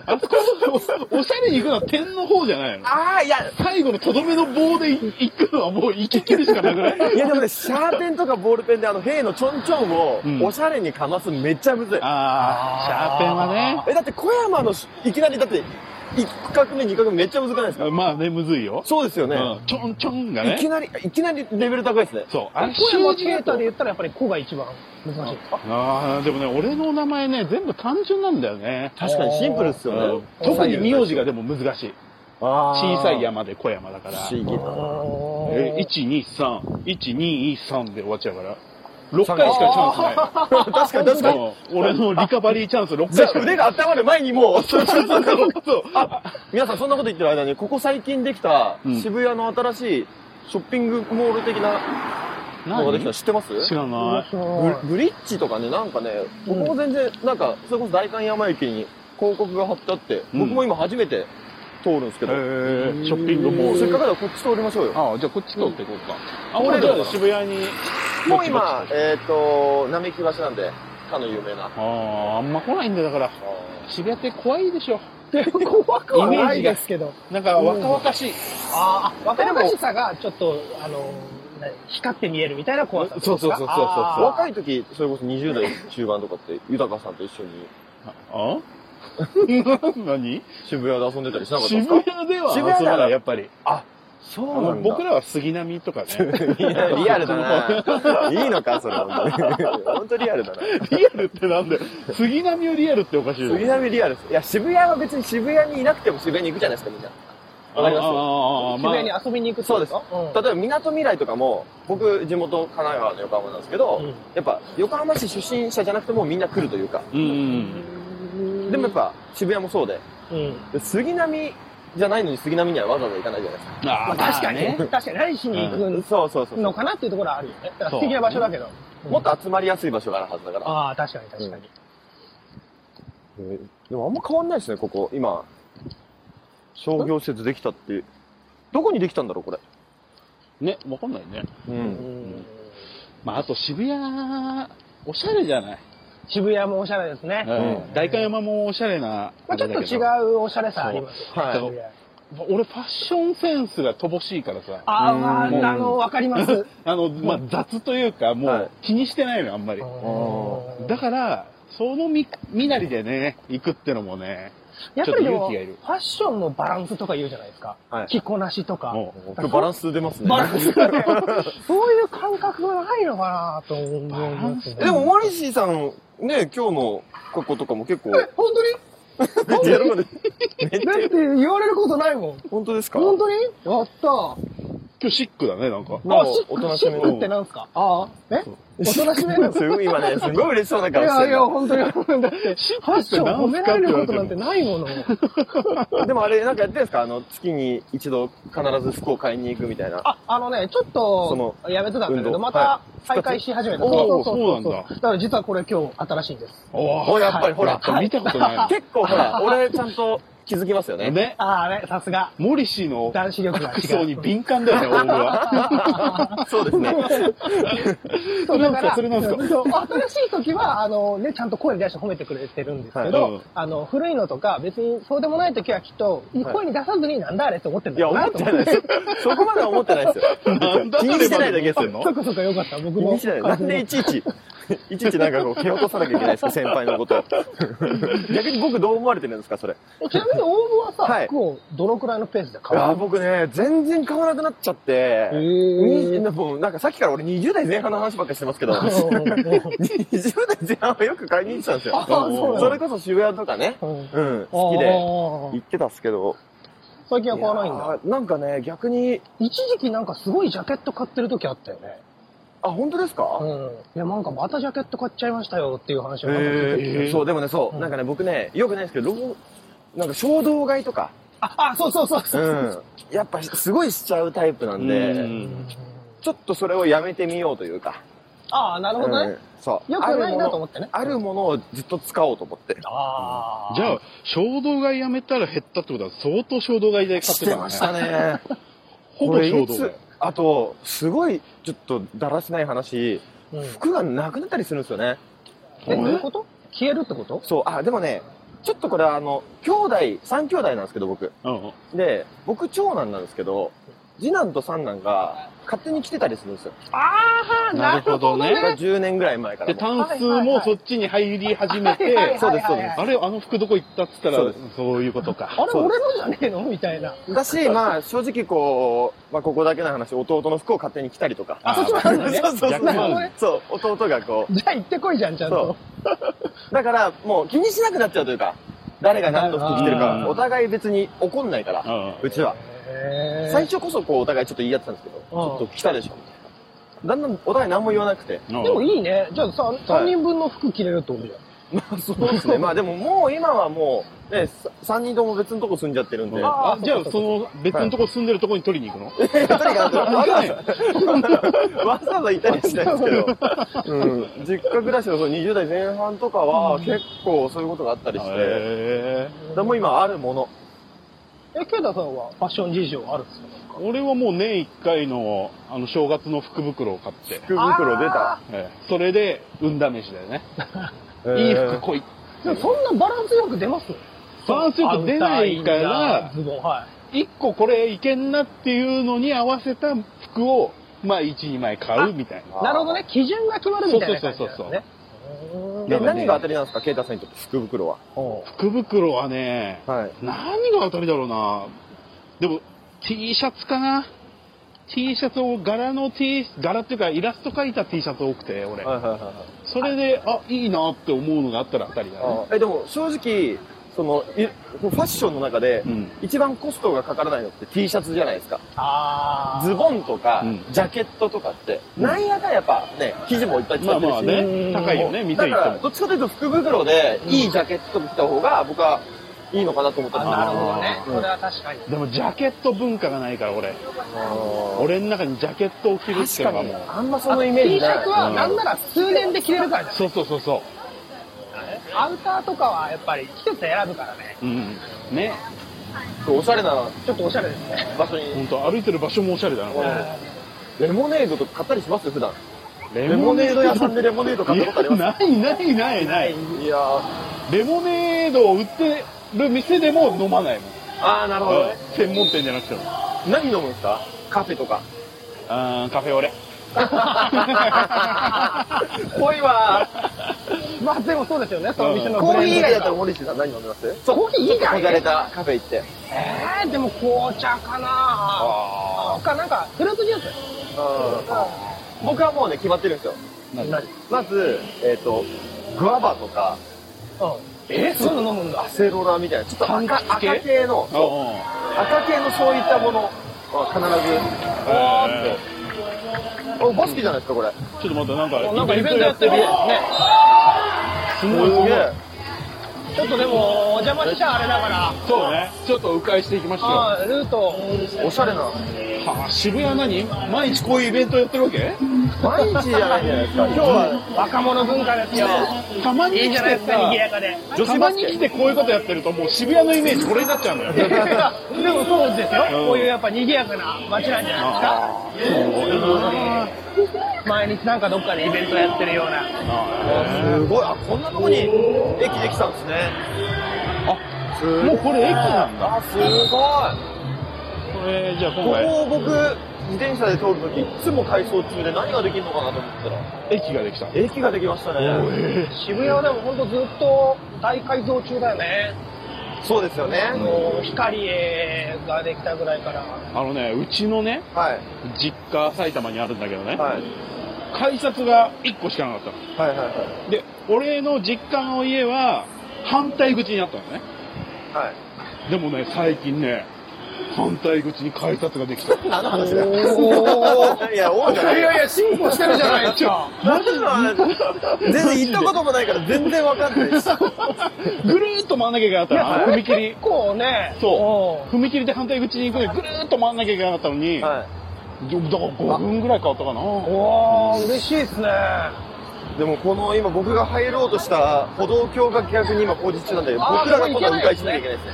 [SPEAKER 3] あそこ、 おしゃれに行くのは点の方じゃないの
[SPEAKER 2] ああ、いや、
[SPEAKER 3] 最後のとどめの棒で行くのはもう行ききるしかなくない
[SPEAKER 2] いやでもね、シャーペンとかボールペンであの、兵のちょんちょんを
[SPEAKER 3] うん
[SPEAKER 2] おしゃれにかますめっちゃむずい。
[SPEAKER 3] ああ、シャーペンは
[SPEAKER 2] え、だって小山のし、いきなりだって、1画目、2画目めっちゃ難くないですか
[SPEAKER 3] ね。まあね、むずいよ。
[SPEAKER 2] そうですよね。
[SPEAKER 3] うんちょんちょんが
[SPEAKER 2] いき
[SPEAKER 3] ね。
[SPEAKER 2] なり、いきなりレベル高いですね。
[SPEAKER 3] そう。
[SPEAKER 1] あ
[SPEAKER 3] あ
[SPEAKER 1] れ、
[SPEAKER 3] れ、
[SPEAKER 1] 声
[SPEAKER 3] 習
[SPEAKER 1] も
[SPEAKER 3] 字
[SPEAKER 1] チー
[SPEAKER 3] だ
[SPEAKER 1] ター
[SPEAKER 3] と
[SPEAKER 1] で。言ったらやっぱり子が一番難しいですか
[SPEAKER 3] ああ、でもね、俺の名前ね、全部単純なんだよね。
[SPEAKER 2] 確かにシンプルです
[SPEAKER 3] う
[SPEAKER 2] よ
[SPEAKER 3] ん
[SPEAKER 2] ね。
[SPEAKER 3] 特に名字がでも難しい。小
[SPEAKER 2] 小
[SPEAKER 3] さい。山で小山だから。
[SPEAKER 2] 不思議だな。
[SPEAKER 3] え、123、123で終わっちゃうから。6回しかチャンスない。
[SPEAKER 2] 確かに確 かに。
[SPEAKER 3] うん俺のリカバリーチャンス6
[SPEAKER 2] じゃ
[SPEAKER 3] 回
[SPEAKER 2] あ
[SPEAKER 3] しかな
[SPEAKER 2] 腕
[SPEAKER 3] い。
[SPEAKER 2] が温まる前にもう、そうそうそうそう
[SPEAKER 3] そうそう
[SPEAKER 2] あ、皆さんそんなこと言ってる間に、ここ最近できた
[SPEAKER 3] うん
[SPEAKER 2] 渋谷の新しいショッピングモール的なのができたの
[SPEAKER 3] 何
[SPEAKER 2] 知ってます
[SPEAKER 3] 知らない。
[SPEAKER 2] ブブリッジとかね、なんかね、僕も全然、なんか、それこそ代官山駅に広告が貼ってあって、
[SPEAKER 3] うん
[SPEAKER 2] 僕も今初めて通るんですけ
[SPEAKER 3] え
[SPEAKER 2] ど、
[SPEAKER 3] ーショッピングモ
[SPEAKER 2] せっか
[SPEAKER 3] ール。
[SPEAKER 2] くだからこっち通りましょうよ。
[SPEAKER 3] ああ、じゃあこっち通っていこうか。あ、
[SPEAKER 2] うん
[SPEAKER 3] 俺ら渋谷に。
[SPEAKER 2] もう今
[SPEAKER 3] ぼちぼち、と
[SPEAKER 2] えっ、と、並木橋なんで、かの有名な。
[SPEAKER 3] ああ、あんま来ないんだよだから。渋谷って怖いでしょ。
[SPEAKER 1] 怖くはな
[SPEAKER 3] イメージ
[SPEAKER 1] い
[SPEAKER 3] が
[SPEAKER 1] ですけど。
[SPEAKER 3] なんか若々しい。
[SPEAKER 1] ああ、若々しさがちょっと、あの、何光って見えるみたいな怖さですか。
[SPEAKER 3] そうそうそうそうそう
[SPEAKER 1] あー
[SPEAKER 2] 若い時、それこそ20代中盤とかって、豊さんと一緒に
[SPEAKER 3] あ 何
[SPEAKER 2] 渋谷で遊んでたりしなかったんで
[SPEAKER 3] 渋
[SPEAKER 2] すか
[SPEAKER 3] 谷では
[SPEAKER 2] 渋谷
[SPEAKER 3] 遊
[SPEAKER 2] な
[SPEAKER 3] ばな
[SPEAKER 2] ら
[SPEAKER 3] い、やっぱり。
[SPEAKER 2] あ、そう
[SPEAKER 3] あ
[SPEAKER 2] な
[SPEAKER 3] の
[SPEAKER 2] んだ。
[SPEAKER 3] 僕らは杉並とかね。
[SPEAKER 2] いやリアルだな。いいのか、それ、本当に。本当リアルだな。
[SPEAKER 3] リアルってなんだよ。杉並をリアルっておかしいよ。
[SPEAKER 2] 杉並リアルです。いや、渋谷は別に渋谷にいなくても渋谷に行くじゃないですか、みんな。わかります
[SPEAKER 3] ああああああ
[SPEAKER 1] 渋谷に
[SPEAKER 3] まあ
[SPEAKER 1] 遊びに行くって
[SPEAKER 2] そう
[SPEAKER 1] こ
[SPEAKER 2] で
[SPEAKER 1] と
[SPEAKER 2] す。
[SPEAKER 1] うん
[SPEAKER 2] 例えば、みなとみらいとかも、僕、地元、神奈川の横浜なんですけど、
[SPEAKER 1] うん
[SPEAKER 2] やっぱ、横浜市出身者じゃなくてもみんな来るというか、
[SPEAKER 3] うんうん。
[SPEAKER 2] でもやっ、ぱ、渋谷もそうで、
[SPEAKER 1] うん
[SPEAKER 2] で杉並じゃないのに杉並にはわざわざ行かないじゃないですか。
[SPEAKER 3] ま
[SPEAKER 1] ま
[SPEAKER 3] あ
[SPEAKER 1] あ、確かに、
[SPEAKER 3] ね。
[SPEAKER 1] 確かに何しに行く
[SPEAKER 2] そうそうそう。
[SPEAKER 1] のかなっていうところはあるよね。だから素敵な場所だけど。
[SPEAKER 2] もっと集まりやすい場所があるはずだから。
[SPEAKER 1] ああ、確かに確かに。
[SPEAKER 2] えーでもあんま変わんないですね、ここ。今、商業施設できたって。どこにできたんだろう、これ。
[SPEAKER 3] ね、わかんないね。
[SPEAKER 2] う。
[SPEAKER 1] うんん
[SPEAKER 3] まあ、あと渋谷、おしゃれじゃない。
[SPEAKER 1] 渋谷もおしゃれですね。
[SPEAKER 3] うん代官山もおしゃれな。
[SPEAKER 1] まあ、ちょっと違
[SPEAKER 3] あ
[SPEAKER 1] うおしゃれさありますよ
[SPEAKER 2] はい
[SPEAKER 3] そう
[SPEAKER 1] 渋谷
[SPEAKER 3] れだけど。俺、ファッションセンスが乏しいからさ。
[SPEAKER 1] あ
[SPEAKER 2] うん
[SPEAKER 1] ーまあ、あの、わかります。うん
[SPEAKER 3] あの、まあ、雑というか、も
[SPEAKER 2] は
[SPEAKER 3] う
[SPEAKER 2] い
[SPEAKER 3] 気にしてないのよ、あんまり。だから、そのみ、身なりでね、行くってのもね、
[SPEAKER 1] やっぱりで
[SPEAKER 3] ちょっ
[SPEAKER 1] も、フ
[SPEAKER 3] と勇気がいる
[SPEAKER 1] ァッションのバランスとか言うじゃないですか。
[SPEAKER 2] はい
[SPEAKER 1] 着こなしとか。
[SPEAKER 3] も
[SPEAKER 2] 今日バランス出ますね。
[SPEAKER 1] バランスがね、 そういう感覚がないのかなと思いますね。
[SPEAKER 2] でも、マリシーさん、ね、今日の格好とかも結構、めっ
[SPEAKER 1] え、本当に
[SPEAKER 2] ちゃ喜んで
[SPEAKER 1] だって言われることないもん。
[SPEAKER 2] 本当ですか
[SPEAKER 1] 本当にやった
[SPEAKER 3] う、今日シックだね、なんか。
[SPEAKER 2] なん
[SPEAKER 1] あ、
[SPEAKER 2] か
[SPEAKER 1] シ
[SPEAKER 2] お
[SPEAKER 1] ッ
[SPEAKER 2] とな
[SPEAKER 1] ク、
[SPEAKER 2] し
[SPEAKER 1] シ
[SPEAKER 2] めの
[SPEAKER 1] ックってなんすかああ、えおとなしめなんですか
[SPEAKER 2] すごい今ね、すごい嬉しそうない顔し
[SPEAKER 1] や
[SPEAKER 2] て
[SPEAKER 1] い
[SPEAKER 2] る
[SPEAKER 1] や、本当にご めん。だって、ファッション褒められることなんてないもの。
[SPEAKER 2] でもあれ、なんかやってるんですかあの、月に一度必ず服を買いに行くみたいな。
[SPEAKER 1] あ、あのね、ちょっと、やめてたんだけ
[SPEAKER 2] 運
[SPEAKER 1] ど、
[SPEAKER 2] 動
[SPEAKER 1] また再開し始めた。
[SPEAKER 3] はい
[SPEAKER 1] そうそう
[SPEAKER 3] お
[SPEAKER 1] そ
[SPEAKER 3] ー
[SPEAKER 1] う
[SPEAKER 3] そ
[SPEAKER 1] そ
[SPEAKER 3] う
[SPEAKER 1] う
[SPEAKER 3] なん
[SPEAKER 1] だ
[SPEAKER 3] だ
[SPEAKER 1] から実はこれ今日新しいんです。
[SPEAKER 3] お
[SPEAKER 2] お
[SPEAKER 3] ー
[SPEAKER 2] やっぱりほ
[SPEAKER 3] ほら
[SPEAKER 2] ら、、
[SPEAKER 3] 見たことない
[SPEAKER 2] 結構ほら、俺ちゃんと気づきますよ
[SPEAKER 3] な。
[SPEAKER 2] ね。
[SPEAKER 3] ね。
[SPEAKER 1] ああね、さすが。
[SPEAKER 3] モリシーの
[SPEAKER 1] 男子力が違う。
[SPEAKER 3] 服装に敏感 だよね、オーブは。
[SPEAKER 2] そうですね。
[SPEAKER 3] それなんすかそれなんすか
[SPEAKER 1] そう新しい時は、あのね、ちゃんと声に出して褒めてくれてるんですけど、
[SPEAKER 3] はいうん
[SPEAKER 1] あの、古いのとか、別にそうでもない時はきっと、声に出さずになんだあれって思ってるん
[SPEAKER 2] い
[SPEAKER 1] だ
[SPEAKER 2] や、思
[SPEAKER 1] ろうな
[SPEAKER 2] っ
[SPEAKER 1] と
[SPEAKER 2] て
[SPEAKER 1] 思
[SPEAKER 2] ないですよ。そこまでは思ってないですよ。
[SPEAKER 3] なんだ
[SPEAKER 2] 気にしてないだけですよ。
[SPEAKER 1] そっかそっかよかった。僕
[SPEAKER 2] 気
[SPEAKER 1] も。
[SPEAKER 2] にしてない。なんでいちいち、いちいちなんかこう、蹴落とさなきゃいけないんですか、先輩のことを。逆に僕どう思われてるんですか、それ。
[SPEAKER 1] ちなみに、応募はさ、
[SPEAKER 2] はい
[SPEAKER 1] 服をどのくらいのペースで
[SPEAKER 2] い
[SPEAKER 1] 買
[SPEAKER 2] や、
[SPEAKER 1] うの
[SPEAKER 2] 僕ね、全然買わなくなっちゃって、に
[SPEAKER 1] ー
[SPEAKER 2] もうなんかさっきから俺20代前半の話ばっかりしてますけど、
[SPEAKER 1] あそ
[SPEAKER 2] 20代前半はよく買いに行ってたんですよ。
[SPEAKER 1] うな
[SPEAKER 2] そ
[SPEAKER 1] の
[SPEAKER 2] れこそ渋谷とかね、
[SPEAKER 1] うん
[SPEAKER 2] うん、好きで
[SPEAKER 1] あー
[SPEAKER 2] 行ってたっすけど。
[SPEAKER 1] 最近は買わないんだ。
[SPEAKER 2] やなんかね、逆に、
[SPEAKER 1] 一時期なんかすごいジャケット買ってる時あったよね。
[SPEAKER 2] あ、本当ですか、
[SPEAKER 1] うん。いや、なんかまたジャケット買っちゃいましたよっていう話をなんか聞いて
[SPEAKER 2] へーそう、でもね、そう、
[SPEAKER 1] うん
[SPEAKER 2] なんかね、僕ね、よくないですけど、ロなんか衝動買いとか、
[SPEAKER 1] あ、あ、そうそうそうそう。
[SPEAKER 2] やっぱすごいしちゃうタイプなんで、
[SPEAKER 3] うん
[SPEAKER 2] ちょっとそれをやめてみようというか、
[SPEAKER 1] ああ、なるほど
[SPEAKER 2] う
[SPEAKER 1] ね。
[SPEAKER 2] んそう、
[SPEAKER 1] よくないなと思
[SPEAKER 2] って。
[SPEAKER 1] ってね。
[SPEAKER 2] あるものをずっと使おうと思って。
[SPEAKER 1] ああ。
[SPEAKER 3] じゃあ、衝動買いやめたら減ったってことは相当衝動買いで買っ
[SPEAKER 2] してて
[SPEAKER 3] たの
[SPEAKER 2] ま
[SPEAKER 3] ね
[SPEAKER 2] し。たね。
[SPEAKER 3] ほぼ
[SPEAKER 2] これ
[SPEAKER 3] 衝
[SPEAKER 2] い
[SPEAKER 3] 動
[SPEAKER 2] つ
[SPEAKER 3] 買い。
[SPEAKER 2] あと、すごい、ちょっとだらしない話、
[SPEAKER 1] うん、え、
[SPEAKER 2] 服がなくなったりするんですよね。
[SPEAKER 1] どういうこと消えるってこと
[SPEAKER 2] そう、あ、でもね、ちょっとこれはあの、兄弟、3兄弟なんですけど、僕。
[SPEAKER 3] うん
[SPEAKER 2] で、僕、長男なんですけど、次男と三男が勝手に来てたりするんですよ。
[SPEAKER 1] ああ、
[SPEAKER 3] な
[SPEAKER 1] な
[SPEAKER 3] る
[SPEAKER 1] る
[SPEAKER 3] ほ
[SPEAKER 1] ほ
[SPEAKER 3] ど
[SPEAKER 1] ど
[SPEAKER 3] ね
[SPEAKER 1] ね。
[SPEAKER 2] これ10年ぐらい前か
[SPEAKER 3] で、
[SPEAKER 2] らも。
[SPEAKER 3] タンスもそっちに入り始め
[SPEAKER 1] はいはいはい
[SPEAKER 3] て、
[SPEAKER 2] そうですそうです
[SPEAKER 1] はいはいはい
[SPEAKER 3] あれ、あの服どこ行ったっつったら
[SPEAKER 2] そうで、
[SPEAKER 3] そういうことか。
[SPEAKER 1] あれ、俺のじゃねえのみたいな。
[SPEAKER 2] だし、まあ、正直こう、まあ、ここだけの話、弟の服を勝手に着たりとか。
[SPEAKER 1] あ、そっちもあるのね。
[SPEAKER 2] そうそう
[SPEAKER 3] 逆もある
[SPEAKER 1] なる
[SPEAKER 2] そう、弟がこ
[SPEAKER 1] ほどねじゃあ行ってこいじゃん、ちゃんと。
[SPEAKER 2] う。 だから、もう気にしなくなっちゃうというか、誰が何の服着てる
[SPEAKER 3] うん
[SPEAKER 2] か、お互い別に怒んないから
[SPEAKER 3] う、ん
[SPEAKER 2] うちは。
[SPEAKER 1] へー
[SPEAKER 2] 最初こそこう、お互いちょっと言い合ってたんですけど、ちょっと着たでしょ、みたいな。だんだんお互い何も言わなくて。
[SPEAKER 1] でも
[SPEAKER 3] い
[SPEAKER 1] いいね。じゃあさ、3人分の服着れるってことじゃん。
[SPEAKER 2] まあ、そうですね。まあ、でももう今はもう、ね、3人とも別のとこ住んじゃってるんで。
[SPEAKER 1] あ
[SPEAKER 3] あ、じゃあ、その別のとこ住んでるとこに取りに行くの
[SPEAKER 2] とにかくわざわざ
[SPEAKER 3] 行
[SPEAKER 2] わざわざいたりはしないですけど、うん、実家暮らしのその20代前半とかは結構そういうことがあったりして、
[SPEAKER 3] へ
[SPEAKER 2] でも今あるもの、
[SPEAKER 1] え、ケイタさんはファッション事情あるんですか
[SPEAKER 3] ー俺はもう年1回の、あの、正月の福袋を買って、
[SPEAKER 2] 福袋出た
[SPEAKER 1] あ。
[SPEAKER 3] えーそれで、運試しだよね。
[SPEAKER 2] えー
[SPEAKER 3] いい服来い。
[SPEAKER 1] でもそんなバランスよく出ます
[SPEAKER 3] バランスよく出ないから
[SPEAKER 1] アウターインナーズボン、はい。
[SPEAKER 3] 1個これいけんなっていうのに合わせた服を、まあ、1、2枚買うみたいな。
[SPEAKER 1] なるほどね。基準が決まるみたいな感じなんですね。
[SPEAKER 3] うそうそうそう
[SPEAKER 1] う
[SPEAKER 2] で
[SPEAKER 1] ーん
[SPEAKER 2] 何が当たりなんですか、啓太さんにとって福袋は。
[SPEAKER 3] 福袋はね、
[SPEAKER 2] はい。
[SPEAKER 3] 何が当たりだろうな。でも、T シャツかな。 T シャツを、柄の T、柄っていうか、イラスト描いた T シャツ多くて、俺。
[SPEAKER 2] はいはいはいはい
[SPEAKER 3] それで、あ、いいなって思うのがあったら当たりだね。
[SPEAKER 2] あーえでも正直そのいファッションの中で
[SPEAKER 3] うん
[SPEAKER 2] 一番コストがかからないのって T シャツじゃないですか
[SPEAKER 1] あ
[SPEAKER 2] ズボンとか
[SPEAKER 3] うん
[SPEAKER 2] ジャケットとかって、なんやかんやっぱね生地もいっぱい使
[SPEAKER 3] ま
[SPEAKER 2] っ
[SPEAKER 3] あ
[SPEAKER 2] てるし、
[SPEAKER 3] まあね、高いよね、店
[SPEAKER 2] だか
[SPEAKER 3] 行って
[SPEAKER 2] ら
[SPEAKER 3] も。
[SPEAKER 2] どっちかというと福袋でいいジャケット着た方が僕はいいのかなと思った
[SPEAKER 1] あ
[SPEAKER 2] ん
[SPEAKER 1] なる
[SPEAKER 2] で
[SPEAKER 1] ほどね。
[SPEAKER 2] う
[SPEAKER 1] そ
[SPEAKER 2] ん
[SPEAKER 1] れは確かに。
[SPEAKER 3] でもジャケット文化がないから俺
[SPEAKER 2] すよ
[SPEAKER 3] 俺の中にジャケットを着るっていうのがも
[SPEAKER 2] 確か
[SPEAKER 3] う
[SPEAKER 2] にあんまそのイメージ
[SPEAKER 1] T シ
[SPEAKER 2] ない
[SPEAKER 1] ャツは
[SPEAKER 3] うん
[SPEAKER 1] なんなら数年で着れるからじゃ
[SPEAKER 3] そうそうそうそ
[SPEAKER 1] ないアウターとかはやっぱり季節選ぶからね。
[SPEAKER 3] ううんね
[SPEAKER 2] おしゃれな
[SPEAKER 1] ちょっとおしゃれですね。
[SPEAKER 2] 場所に
[SPEAKER 3] 本当歩いてる場所もおしゃれだなこれ
[SPEAKER 2] レモネードとか買ったりします普段
[SPEAKER 3] レ
[SPEAKER 2] レモネード屋さんでレモネード買ったことあります
[SPEAKER 3] いやないないないない
[SPEAKER 2] いやー
[SPEAKER 3] レモネードを売ってる店でも飲まないもん、
[SPEAKER 2] あーなるほどね
[SPEAKER 3] うん専門店じゃなくても
[SPEAKER 2] 何飲むんですかカフェと か
[SPEAKER 3] あーカフェオ レ
[SPEAKER 2] 濃いわ
[SPEAKER 1] まあでもそうですよね、その店の
[SPEAKER 2] コーヒー以外だったら
[SPEAKER 1] ら。
[SPEAKER 2] 森下さん何飲んでます
[SPEAKER 1] コーヒー以外
[SPEAKER 2] 憧れたカフェ行って
[SPEAKER 1] えー、でも紅茶かな
[SPEAKER 2] あ
[SPEAKER 1] あかなんかフルーツジュー
[SPEAKER 2] う
[SPEAKER 1] ス。
[SPEAKER 2] ん僕はもうね決まってるんですよ
[SPEAKER 3] 何
[SPEAKER 2] まずえっ、とグアバとか
[SPEAKER 1] うん。えそういうの飲むんだ
[SPEAKER 2] ア。セロラみたいなちょっと
[SPEAKER 3] 柑
[SPEAKER 2] 赤
[SPEAKER 3] 橘系
[SPEAKER 2] 赤系のそう
[SPEAKER 3] あ
[SPEAKER 2] 赤系のそういったものは
[SPEAKER 3] あ
[SPEAKER 2] 必ずおバスケじゃないですかこれ
[SPEAKER 3] ちょっと待ってなんか
[SPEAKER 1] なんかイベントやってるね。
[SPEAKER 3] すごいすごい
[SPEAKER 1] ちょっとでも、お邪魔しちゃあれだから、
[SPEAKER 3] そうねちょっと迂回していきましょうは
[SPEAKER 1] あールートを
[SPEAKER 2] おしゃれな
[SPEAKER 3] あ渋谷何毎日こういうイベントやってるわけ
[SPEAKER 2] 毎日じゃないじゃないですか今日は
[SPEAKER 1] 若者文化ですよ。
[SPEAKER 3] たまに
[SPEAKER 1] いい
[SPEAKER 3] 来
[SPEAKER 1] じゃないです
[SPEAKER 3] て
[SPEAKER 1] か、
[SPEAKER 3] さ
[SPEAKER 1] 賑やかで。
[SPEAKER 2] 女
[SPEAKER 3] た
[SPEAKER 2] 子
[SPEAKER 3] ま
[SPEAKER 2] バス
[SPEAKER 3] に来
[SPEAKER 2] ケ
[SPEAKER 3] てこういうことやってるともう渋谷のイメージこれになっちゃうんだよね
[SPEAKER 1] でもそうですよ、
[SPEAKER 3] うん
[SPEAKER 1] こういうやっぱ賑やかな街なんじゃないですか。毎日なんかどっかでイベントやってるような。
[SPEAKER 2] すごいあこんなとこに駅できたんですねあすごい
[SPEAKER 3] もうこれ駅なんだ
[SPEAKER 2] あすご
[SPEAKER 3] これじゃあ今
[SPEAKER 2] い
[SPEAKER 3] 回
[SPEAKER 2] ここを僕自転車で通るときいつも改装中で何ができるのかなと思ってたら
[SPEAKER 3] 駅ができた
[SPEAKER 2] 駅ができましたね
[SPEAKER 1] 渋谷はでも本当ずっと大改造中だよね。
[SPEAKER 2] そうですよね
[SPEAKER 1] あの、光栄ができたぐらいから。
[SPEAKER 3] あのねうちのね
[SPEAKER 2] はい
[SPEAKER 3] 実家埼玉にあるんだけどね、
[SPEAKER 2] はい
[SPEAKER 3] 改札が1個しかなかったの
[SPEAKER 2] はいはいは
[SPEAKER 3] で俺の実家の家は反対口にあったのね
[SPEAKER 2] いはい
[SPEAKER 3] でもね最近ね反対口に改札ができ た
[SPEAKER 2] 何の話だよ
[SPEAKER 1] お
[SPEAKER 2] いやおうじゃ ない
[SPEAKER 1] や、進歩してるじゃないですか。
[SPEAKER 2] マジの話全然行ったこともないから全然わかん ないし
[SPEAKER 3] ぐるーっと回んなきゃいけなかったの踏切
[SPEAKER 1] 結構ね、
[SPEAKER 3] そ
[SPEAKER 1] ん
[SPEAKER 3] う踏切で反対口に行くのにぐるーっと回んなきゃいけなかったのに、
[SPEAKER 2] は
[SPEAKER 3] だから5分ぐらい変わったかな
[SPEAKER 1] うわー、嬉しいですね。
[SPEAKER 2] いでもこの今僕が入ろうとした歩道橋が逆に今工事中なんで
[SPEAKER 1] あー
[SPEAKER 2] 僕らが今度は迂
[SPEAKER 1] ここ行けない
[SPEAKER 2] 回しなきゃいけないですね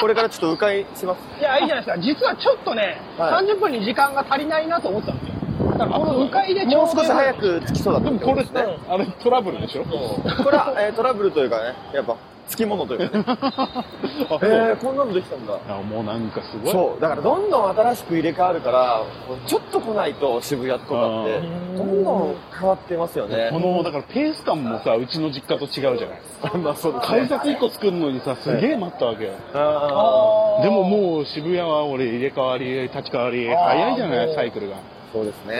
[SPEAKER 2] これからちょっと迂回します
[SPEAKER 1] いや、いいじゃないですか。実はちょっとね、
[SPEAKER 2] はい
[SPEAKER 1] 30分に時間が足りないなと思ってたんですよ。だからこの迂回でちょ
[SPEAKER 2] も
[SPEAKER 1] う
[SPEAKER 2] う
[SPEAKER 1] ど
[SPEAKER 2] 少し早く着きそうだっ
[SPEAKER 3] で
[SPEAKER 2] たっ
[SPEAKER 3] も
[SPEAKER 2] て
[SPEAKER 3] こ
[SPEAKER 2] こと
[SPEAKER 3] れ、
[SPEAKER 2] ですね
[SPEAKER 3] あれトラブルでしょ
[SPEAKER 2] これは、えートラブルというかねやっぱつきものというかね
[SPEAKER 3] あそう、
[SPEAKER 2] えー、こんなのできたんだ
[SPEAKER 3] いやもうなんかすごい
[SPEAKER 2] そうだからどんどん新しく入れ替わるからちょっと来ないと渋谷とかって
[SPEAKER 3] あ
[SPEAKER 1] ー
[SPEAKER 2] どんどん変わってますよね
[SPEAKER 3] このだからペース感もさうちの実家と違うじゃない
[SPEAKER 2] まあそうですね
[SPEAKER 3] 改札1個作るのにさすげえ待ったわけよ
[SPEAKER 2] あ
[SPEAKER 1] あー
[SPEAKER 3] でももう渋谷は俺入れ替わり立ち替わり早いじゃな
[SPEAKER 1] もう
[SPEAKER 3] いサイクルが
[SPEAKER 2] ーそうですね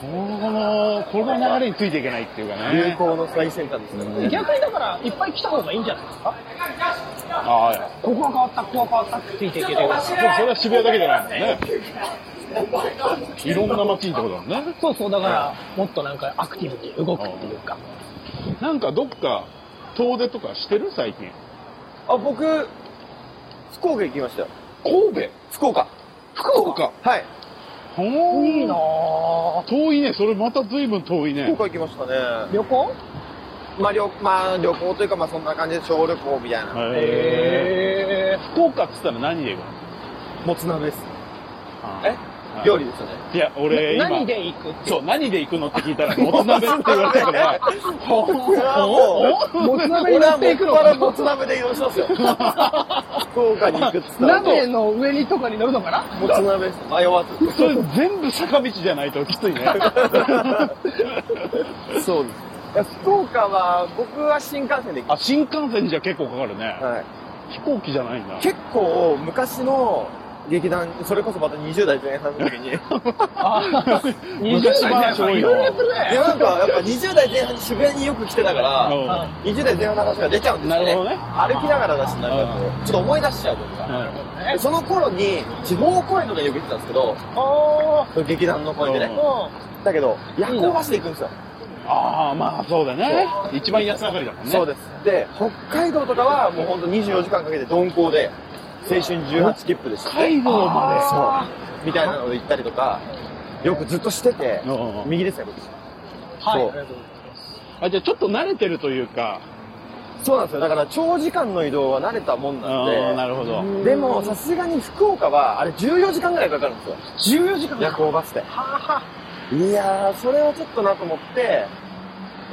[SPEAKER 3] このこの流れについていけないっていうか
[SPEAKER 2] 流
[SPEAKER 3] ね
[SPEAKER 2] 行の最先端ですからね
[SPEAKER 1] 逆にだから、いっぱい来た方がいいんじゃないですか。
[SPEAKER 3] ああいや
[SPEAKER 1] ここが変わった、ここが変わったってついていけるような。
[SPEAKER 3] でもそれは渋谷だけじゃないもんねいろんな街にってことだもんね
[SPEAKER 1] そうそう、だから、もっとなんかアクティブに動くっていうか。
[SPEAKER 3] なんかどっか遠出とかしてる最近
[SPEAKER 2] あ僕福岡行きましたよ
[SPEAKER 3] 神
[SPEAKER 2] 福岡
[SPEAKER 3] 戸福岡
[SPEAKER 2] はい
[SPEAKER 3] ほ
[SPEAKER 1] いいな
[SPEAKER 3] ー
[SPEAKER 1] ぁ。
[SPEAKER 3] 遠いねそれまた随分遠いね
[SPEAKER 2] 福岡行きましたね
[SPEAKER 1] 旅行
[SPEAKER 2] まあ旅,、まあ、旅行というかまあそんな感じで小旅行みたいな
[SPEAKER 3] へ
[SPEAKER 1] へ
[SPEAKER 3] え福岡っつったら何で行くの
[SPEAKER 2] もつ鍋です
[SPEAKER 3] はい
[SPEAKER 2] え料理ですよね
[SPEAKER 3] いや俺
[SPEAKER 1] ぇ
[SPEAKER 3] 今
[SPEAKER 1] 何で行くって。
[SPEAKER 3] そう、何で行くのって聞いたら、もつ鍋って言われ たから、ほん
[SPEAKER 2] これはも う
[SPEAKER 1] もつ鍋
[SPEAKER 2] 俺
[SPEAKER 1] に乗
[SPEAKER 2] は
[SPEAKER 1] っ
[SPEAKER 2] も
[SPEAKER 1] て
[SPEAKER 2] っ
[SPEAKER 1] いくの
[SPEAKER 2] ぱら
[SPEAKER 1] か
[SPEAKER 2] もつ鍋で移動します よ福岡に行くっつったら
[SPEAKER 1] 鍋の上にとかに乗るのかな
[SPEAKER 2] もつ鍋です迷わ
[SPEAKER 3] それ全部坂道じゃないときついね。
[SPEAKER 2] ずそうですいや福岡は僕は新幹線で行きま
[SPEAKER 3] あ、新幹線じゃ結構かかるね
[SPEAKER 2] す。はい
[SPEAKER 3] 飛行機じゃないんだ。
[SPEAKER 2] 結構昔の劇団、それこそまた20代前半の 時に。いや、
[SPEAKER 1] 20代前半いろいろやってるね。
[SPEAKER 2] なんか、やっぱ20代前半に渋谷によく来てたから、
[SPEAKER 3] あ
[SPEAKER 2] 20代前半の話が出ちゃうんですよ、ね。
[SPEAKER 3] なるほどね
[SPEAKER 2] 歩きながらだし、なんかこう、ちょっと思い出しちゃうというか。
[SPEAKER 3] なるほど
[SPEAKER 2] でその頃に、地方公演とかよく行ってたんですけど、
[SPEAKER 1] あ
[SPEAKER 2] 劇団の公演で
[SPEAKER 1] あ
[SPEAKER 2] ね。
[SPEAKER 1] ー、
[SPEAKER 2] だけど、夜行バスで行くんですよ。
[SPEAKER 3] ああまあそうだね一番安上がりだもんね
[SPEAKER 2] そうです。で、北海道とかはもうほんと24時間かけて鈍行で、青春18切符でした
[SPEAKER 3] 北
[SPEAKER 2] ね。
[SPEAKER 3] 海道ま
[SPEAKER 2] あそう。みたいなので行ったりとか、よくずっとしてて
[SPEAKER 3] で、うんうん
[SPEAKER 2] 右ですね、僕。
[SPEAKER 1] はい、
[SPEAKER 2] そう
[SPEAKER 1] ありがとうございます。
[SPEAKER 3] あじゃあちょっと慣れてるというか
[SPEAKER 2] そうなんですよ。だから長時間の移動は慣れたもんなん
[SPEAKER 3] ああな
[SPEAKER 2] で、
[SPEAKER 3] るほど
[SPEAKER 2] でもさすがに福岡は、あれ14時間ぐらいかかるんですよ。
[SPEAKER 1] 14時間
[SPEAKER 2] 夜行バスで。
[SPEAKER 1] はあはあ
[SPEAKER 2] いやー、それはちょっとなと思って、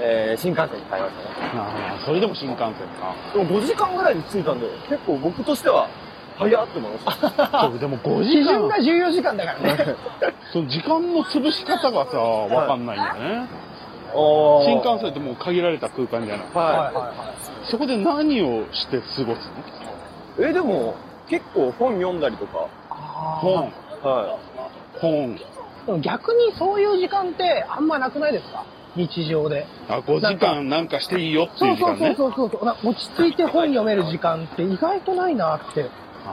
[SPEAKER 2] えー新幹線に変えましたね。
[SPEAKER 3] ああそれでも新幹線か
[SPEAKER 2] でも5時間ぐらいに着いたんで、結構僕としては、早って思いました。
[SPEAKER 3] そうでも5時
[SPEAKER 1] 基準が
[SPEAKER 3] 間
[SPEAKER 1] 14時間だからね。
[SPEAKER 3] その時間の潰し方がさわかんないんだね
[SPEAKER 2] おー
[SPEAKER 3] 新幹線ってもう限られた空間じゃない
[SPEAKER 1] はい
[SPEAKER 2] は
[SPEAKER 1] は
[SPEAKER 3] そこで何をして過ごすの
[SPEAKER 2] い。え、でも、結構本読んだりとか、
[SPEAKER 3] 本
[SPEAKER 2] は
[SPEAKER 3] 本
[SPEAKER 1] い。でも逆にそういう時間ってあんまなくないですか日常で。
[SPEAKER 3] あ5時間なんかしていいよって
[SPEAKER 1] そ
[SPEAKER 3] いう
[SPEAKER 1] う
[SPEAKER 3] 時
[SPEAKER 1] そ
[SPEAKER 3] 間
[SPEAKER 1] うそう
[SPEAKER 3] ね
[SPEAKER 1] そうそうそう、な落ち着いて本読める時間って意外とないなって。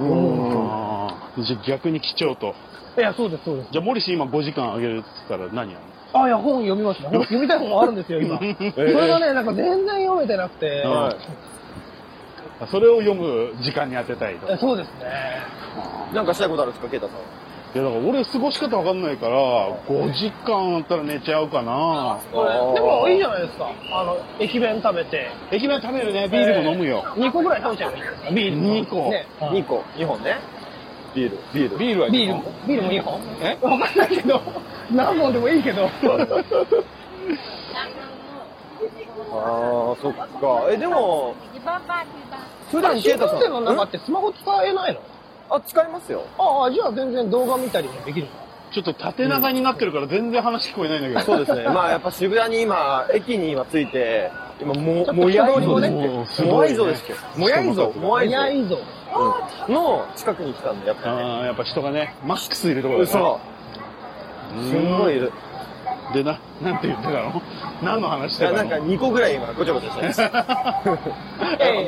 [SPEAKER 2] うん
[SPEAKER 3] ああじゃあ逆に貴重と
[SPEAKER 1] いや、そうです、そうです。
[SPEAKER 3] じゃあモリシー今5時間あげるって言ったら何や
[SPEAKER 1] あ、いや、本読み ますね。本読みたい本もあるんですよ、今。
[SPEAKER 3] る
[SPEAKER 2] い。
[SPEAKER 1] それがね、なんか全然読めてなくて。
[SPEAKER 3] うん
[SPEAKER 2] は
[SPEAKER 3] のそれを読む時間に当てたいとい
[SPEAKER 1] え
[SPEAKER 3] や
[SPEAKER 1] そうですね。
[SPEAKER 2] い。なんかしたいことあるんですか、ケイタさん。
[SPEAKER 3] だから俺過ごし方わかんないから5時間あったら寝ちゃうかな
[SPEAKER 1] これ
[SPEAKER 2] あー
[SPEAKER 1] でもいいじゃないですか。あの、駅弁食べて、
[SPEAKER 3] 駅弁食べるねビールも飲むよ、
[SPEAKER 1] 2個ぐらい食べちゃえばいいじゃないですか。ビール。
[SPEAKER 3] 二個
[SPEAKER 1] ね。
[SPEAKER 2] 2個、2本ね。ビール、ビール。
[SPEAKER 3] ビールは
[SPEAKER 1] ビールも。ビールも2本
[SPEAKER 3] え
[SPEAKER 1] わかんないけど、何本でもいいけど。
[SPEAKER 2] ああ、そっか。え、でも、
[SPEAKER 4] 一般八一般。
[SPEAKER 2] 普段ケ
[SPEAKER 1] 新
[SPEAKER 2] イタ
[SPEAKER 1] 幹
[SPEAKER 2] さん。
[SPEAKER 1] 線の中ってスマホ使えないの
[SPEAKER 2] あ、使いますよ。
[SPEAKER 1] ああ、じゃあ全然動画見たりもできるの
[SPEAKER 3] ちょっと縦長になってるから全然話聞こえないんだけ
[SPEAKER 2] そう
[SPEAKER 3] ど
[SPEAKER 2] ですね。まあやっぱ渋谷に今、駅に今着いて、今、も、も
[SPEAKER 1] ち
[SPEAKER 2] や
[SPEAKER 1] ょっと
[SPEAKER 2] い像
[SPEAKER 1] 人
[SPEAKER 2] で
[SPEAKER 1] が
[SPEAKER 2] すっ
[SPEAKER 1] ね
[SPEAKER 2] けもやい像ですっけもやい像、もやい
[SPEAKER 1] いや、
[SPEAKER 2] 像
[SPEAKER 1] いいぞ。
[SPEAKER 2] うんの近くに来たんで、やっぱね。
[SPEAKER 3] あーやっぱ人がねマックスいるところだね
[SPEAKER 2] 嘘。
[SPEAKER 3] うん
[SPEAKER 2] すんごいいる。
[SPEAKER 3] でななんて言ってたの何の話し
[SPEAKER 2] い
[SPEAKER 3] て
[SPEAKER 2] や、
[SPEAKER 3] たの
[SPEAKER 2] なんか2個ぐらい今、ごちゃごちゃしてます。
[SPEAKER 3] やっぱ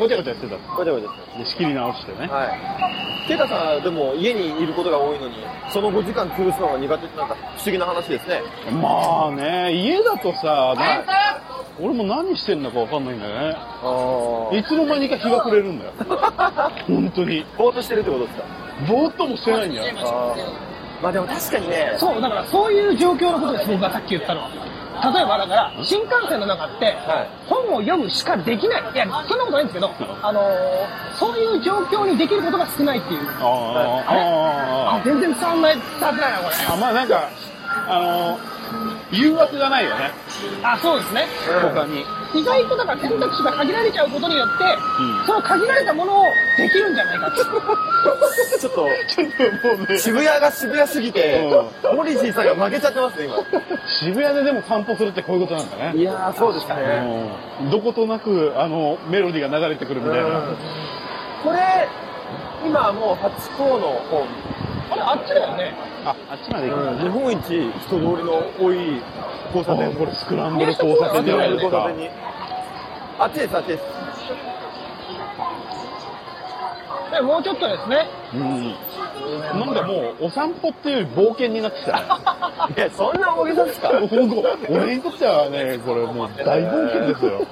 [SPEAKER 3] ごちゃごちゃしてたの
[SPEAKER 2] ごちゃごちゃして
[SPEAKER 3] で仕切り直してね
[SPEAKER 2] ます。はい。ケイタさん、でも家にいることが多いのに、その5時間潰すのが苦手ってなんか不思議な話ですね。
[SPEAKER 3] まあね家だとさ、な俺も何してんだかわかんないんだよね
[SPEAKER 2] ああ
[SPEAKER 3] いつの間にか日が暮れるんだよ本当に
[SPEAKER 2] ぼーっとしてるってことですか
[SPEAKER 3] ぼーっともしてないんだよ
[SPEAKER 2] あーまあでも確かにね、
[SPEAKER 1] そう、だからそういう状況のことです、僕がさっき言ったのは。例えばだから、新幹線の中って
[SPEAKER 2] はい、
[SPEAKER 1] 本を読むしかできない。いや、そんなことないんですけど、あのーそういう状況にできることが少ないっていう。
[SPEAKER 3] ああああ
[SPEAKER 1] あ
[SPEAKER 3] あ、
[SPEAKER 1] 全然伝わんない、伝わってないな、これ。
[SPEAKER 3] ああまあなんかあの誘惑がないよね
[SPEAKER 1] あ、そうですね。
[SPEAKER 3] 他に
[SPEAKER 1] 意外とだから選択肢が限られちゃうことによって、
[SPEAKER 3] ん
[SPEAKER 1] その限られたものをできるんじゃないかって。
[SPEAKER 2] ちょっと
[SPEAKER 3] ちょっともうね
[SPEAKER 2] 渋谷が渋谷すぎて
[SPEAKER 3] う、
[SPEAKER 2] モリシーさんが負けちゃってますね、
[SPEAKER 3] 渋谷ででも散歩するってこういうことなんだ
[SPEAKER 2] 今。い
[SPEAKER 3] ね
[SPEAKER 2] やー、そうですね。
[SPEAKER 3] うんどことなくあのメロディーが流れてくるみたいな
[SPEAKER 2] これ、今もう八甲の本、
[SPEAKER 1] あれ、あっちだよ ね。
[SPEAKER 3] ああっちまで行く
[SPEAKER 2] 日本一人通りの多い交差
[SPEAKER 3] あ
[SPEAKER 2] 点、
[SPEAKER 3] これスクランブル交差点じゃないです
[SPEAKER 2] 交差
[SPEAKER 3] か
[SPEAKER 2] 点に。あっちです、あっちです。
[SPEAKER 1] でもうちょっとですね。
[SPEAKER 3] うんなんかもうお散歩っていうより冒険になってきたね
[SPEAKER 2] いや、そんな大げさですか
[SPEAKER 3] 俺にとってはね、これもう大冒険ですよ。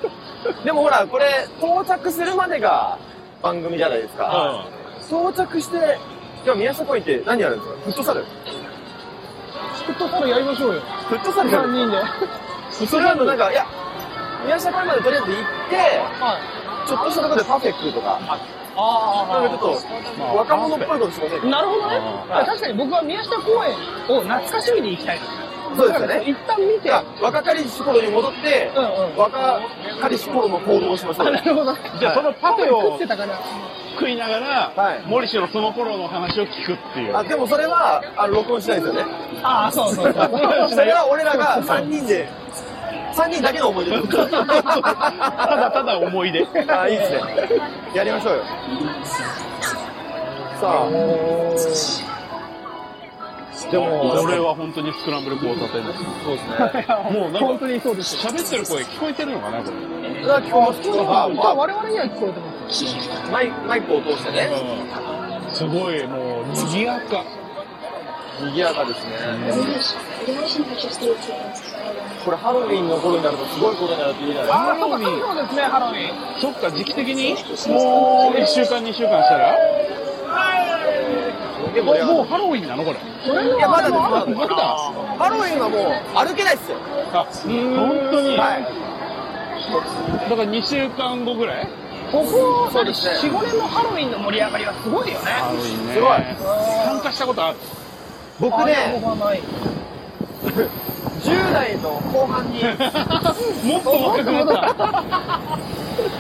[SPEAKER 2] でもほら、これ、到着するまでが番組じゃないですか。到着して、じゃあ宮下公園って何やるんですかフットサル
[SPEAKER 1] フットサルやりましょうよ。
[SPEAKER 2] フットサルやる
[SPEAKER 1] 3人で。
[SPEAKER 2] それはあのなんか、いや、宮下公園までとりあえず行って、
[SPEAKER 1] はい。
[SPEAKER 2] ちょっとしたところでパフェ食うとか、
[SPEAKER 1] あ
[SPEAKER 2] なんかちょっと、若者っぽいことしませんか
[SPEAKER 1] なるほどね
[SPEAKER 3] あ。
[SPEAKER 2] ー
[SPEAKER 1] 確かに僕は宮下公園を懐かしみに行きたいです。
[SPEAKER 2] そうですよね
[SPEAKER 1] 一旦見
[SPEAKER 2] い
[SPEAKER 1] て、
[SPEAKER 2] や、若かりし頃に戻って、
[SPEAKER 1] うんうん
[SPEAKER 2] 若かりし頃の行動をしましょ
[SPEAKER 1] あ
[SPEAKER 2] う
[SPEAKER 1] な。るほどね。
[SPEAKER 3] じゃあそのパフェ
[SPEAKER 1] 食
[SPEAKER 3] を
[SPEAKER 1] ってたかな。
[SPEAKER 3] 食いながら、
[SPEAKER 2] はい
[SPEAKER 3] モリシのその頃の話を聞くって いう。
[SPEAKER 2] あ、でもそれは、あの、録音しないですよね。
[SPEAKER 1] ああ、そう そうそう。
[SPEAKER 2] それは俺らが3人で、3人だけの思い出です。
[SPEAKER 3] ただただ思い出。
[SPEAKER 2] あ、いいですね。やりましょうよ。さあ、
[SPEAKER 3] でも、俺は本当にスクランブル交差点です。そうですね。もうなんか、
[SPEAKER 1] 本当にそうです。
[SPEAKER 3] 喋ってる声聞こえてるのかな、これ。うん
[SPEAKER 2] 今日も聞こえた。
[SPEAKER 1] まあ、我々には聞こえてます。
[SPEAKER 4] マイマイクを通してね。
[SPEAKER 3] すごい、もう、賑やか。
[SPEAKER 4] 賑やかですね。
[SPEAKER 2] これハロウィンの頃になるとすごいことになるっていいじゃない
[SPEAKER 1] ああ、そうか、そうですね、ハロウィン。
[SPEAKER 3] そっか、時期的に、もう、1週間、2週間したら、
[SPEAKER 2] でも
[SPEAKER 3] もう
[SPEAKER 2] いや
[SPEAKER 3] もうハロウィンなの、これ。
[SPEAKER 1] それの
[SPEAKER 2] いやまだですまだです
[SPEAKER 3] まだ
[SPEAKER 2] ハロウィンはもう歩けないっすよ。
[SPEAKER 3] あ、本当に。
[SPEAKER 2] はい。
[SPEAKER 3] だから2週間後ぐらい
[SPEAKER 1] ここ、
[SPEAKER 4] そうですね
[SPEAKER 1] 4、5年のハロウィンの盛り上がりはすごいよね。
[SPEAKER 3] ハロウィンね。
[SPEAKER 2] すごい
[SPEAKER 3] 参加したこ とある。
[SPEAKER 2] 僕
[SPEAKER 1] あれ
[SPEAKER 2] ね、
[SPEAKER 1] 僕はない。
[SPEAKER 2] 10代の後半に、
[SPEAKER 3] もっと若くなった。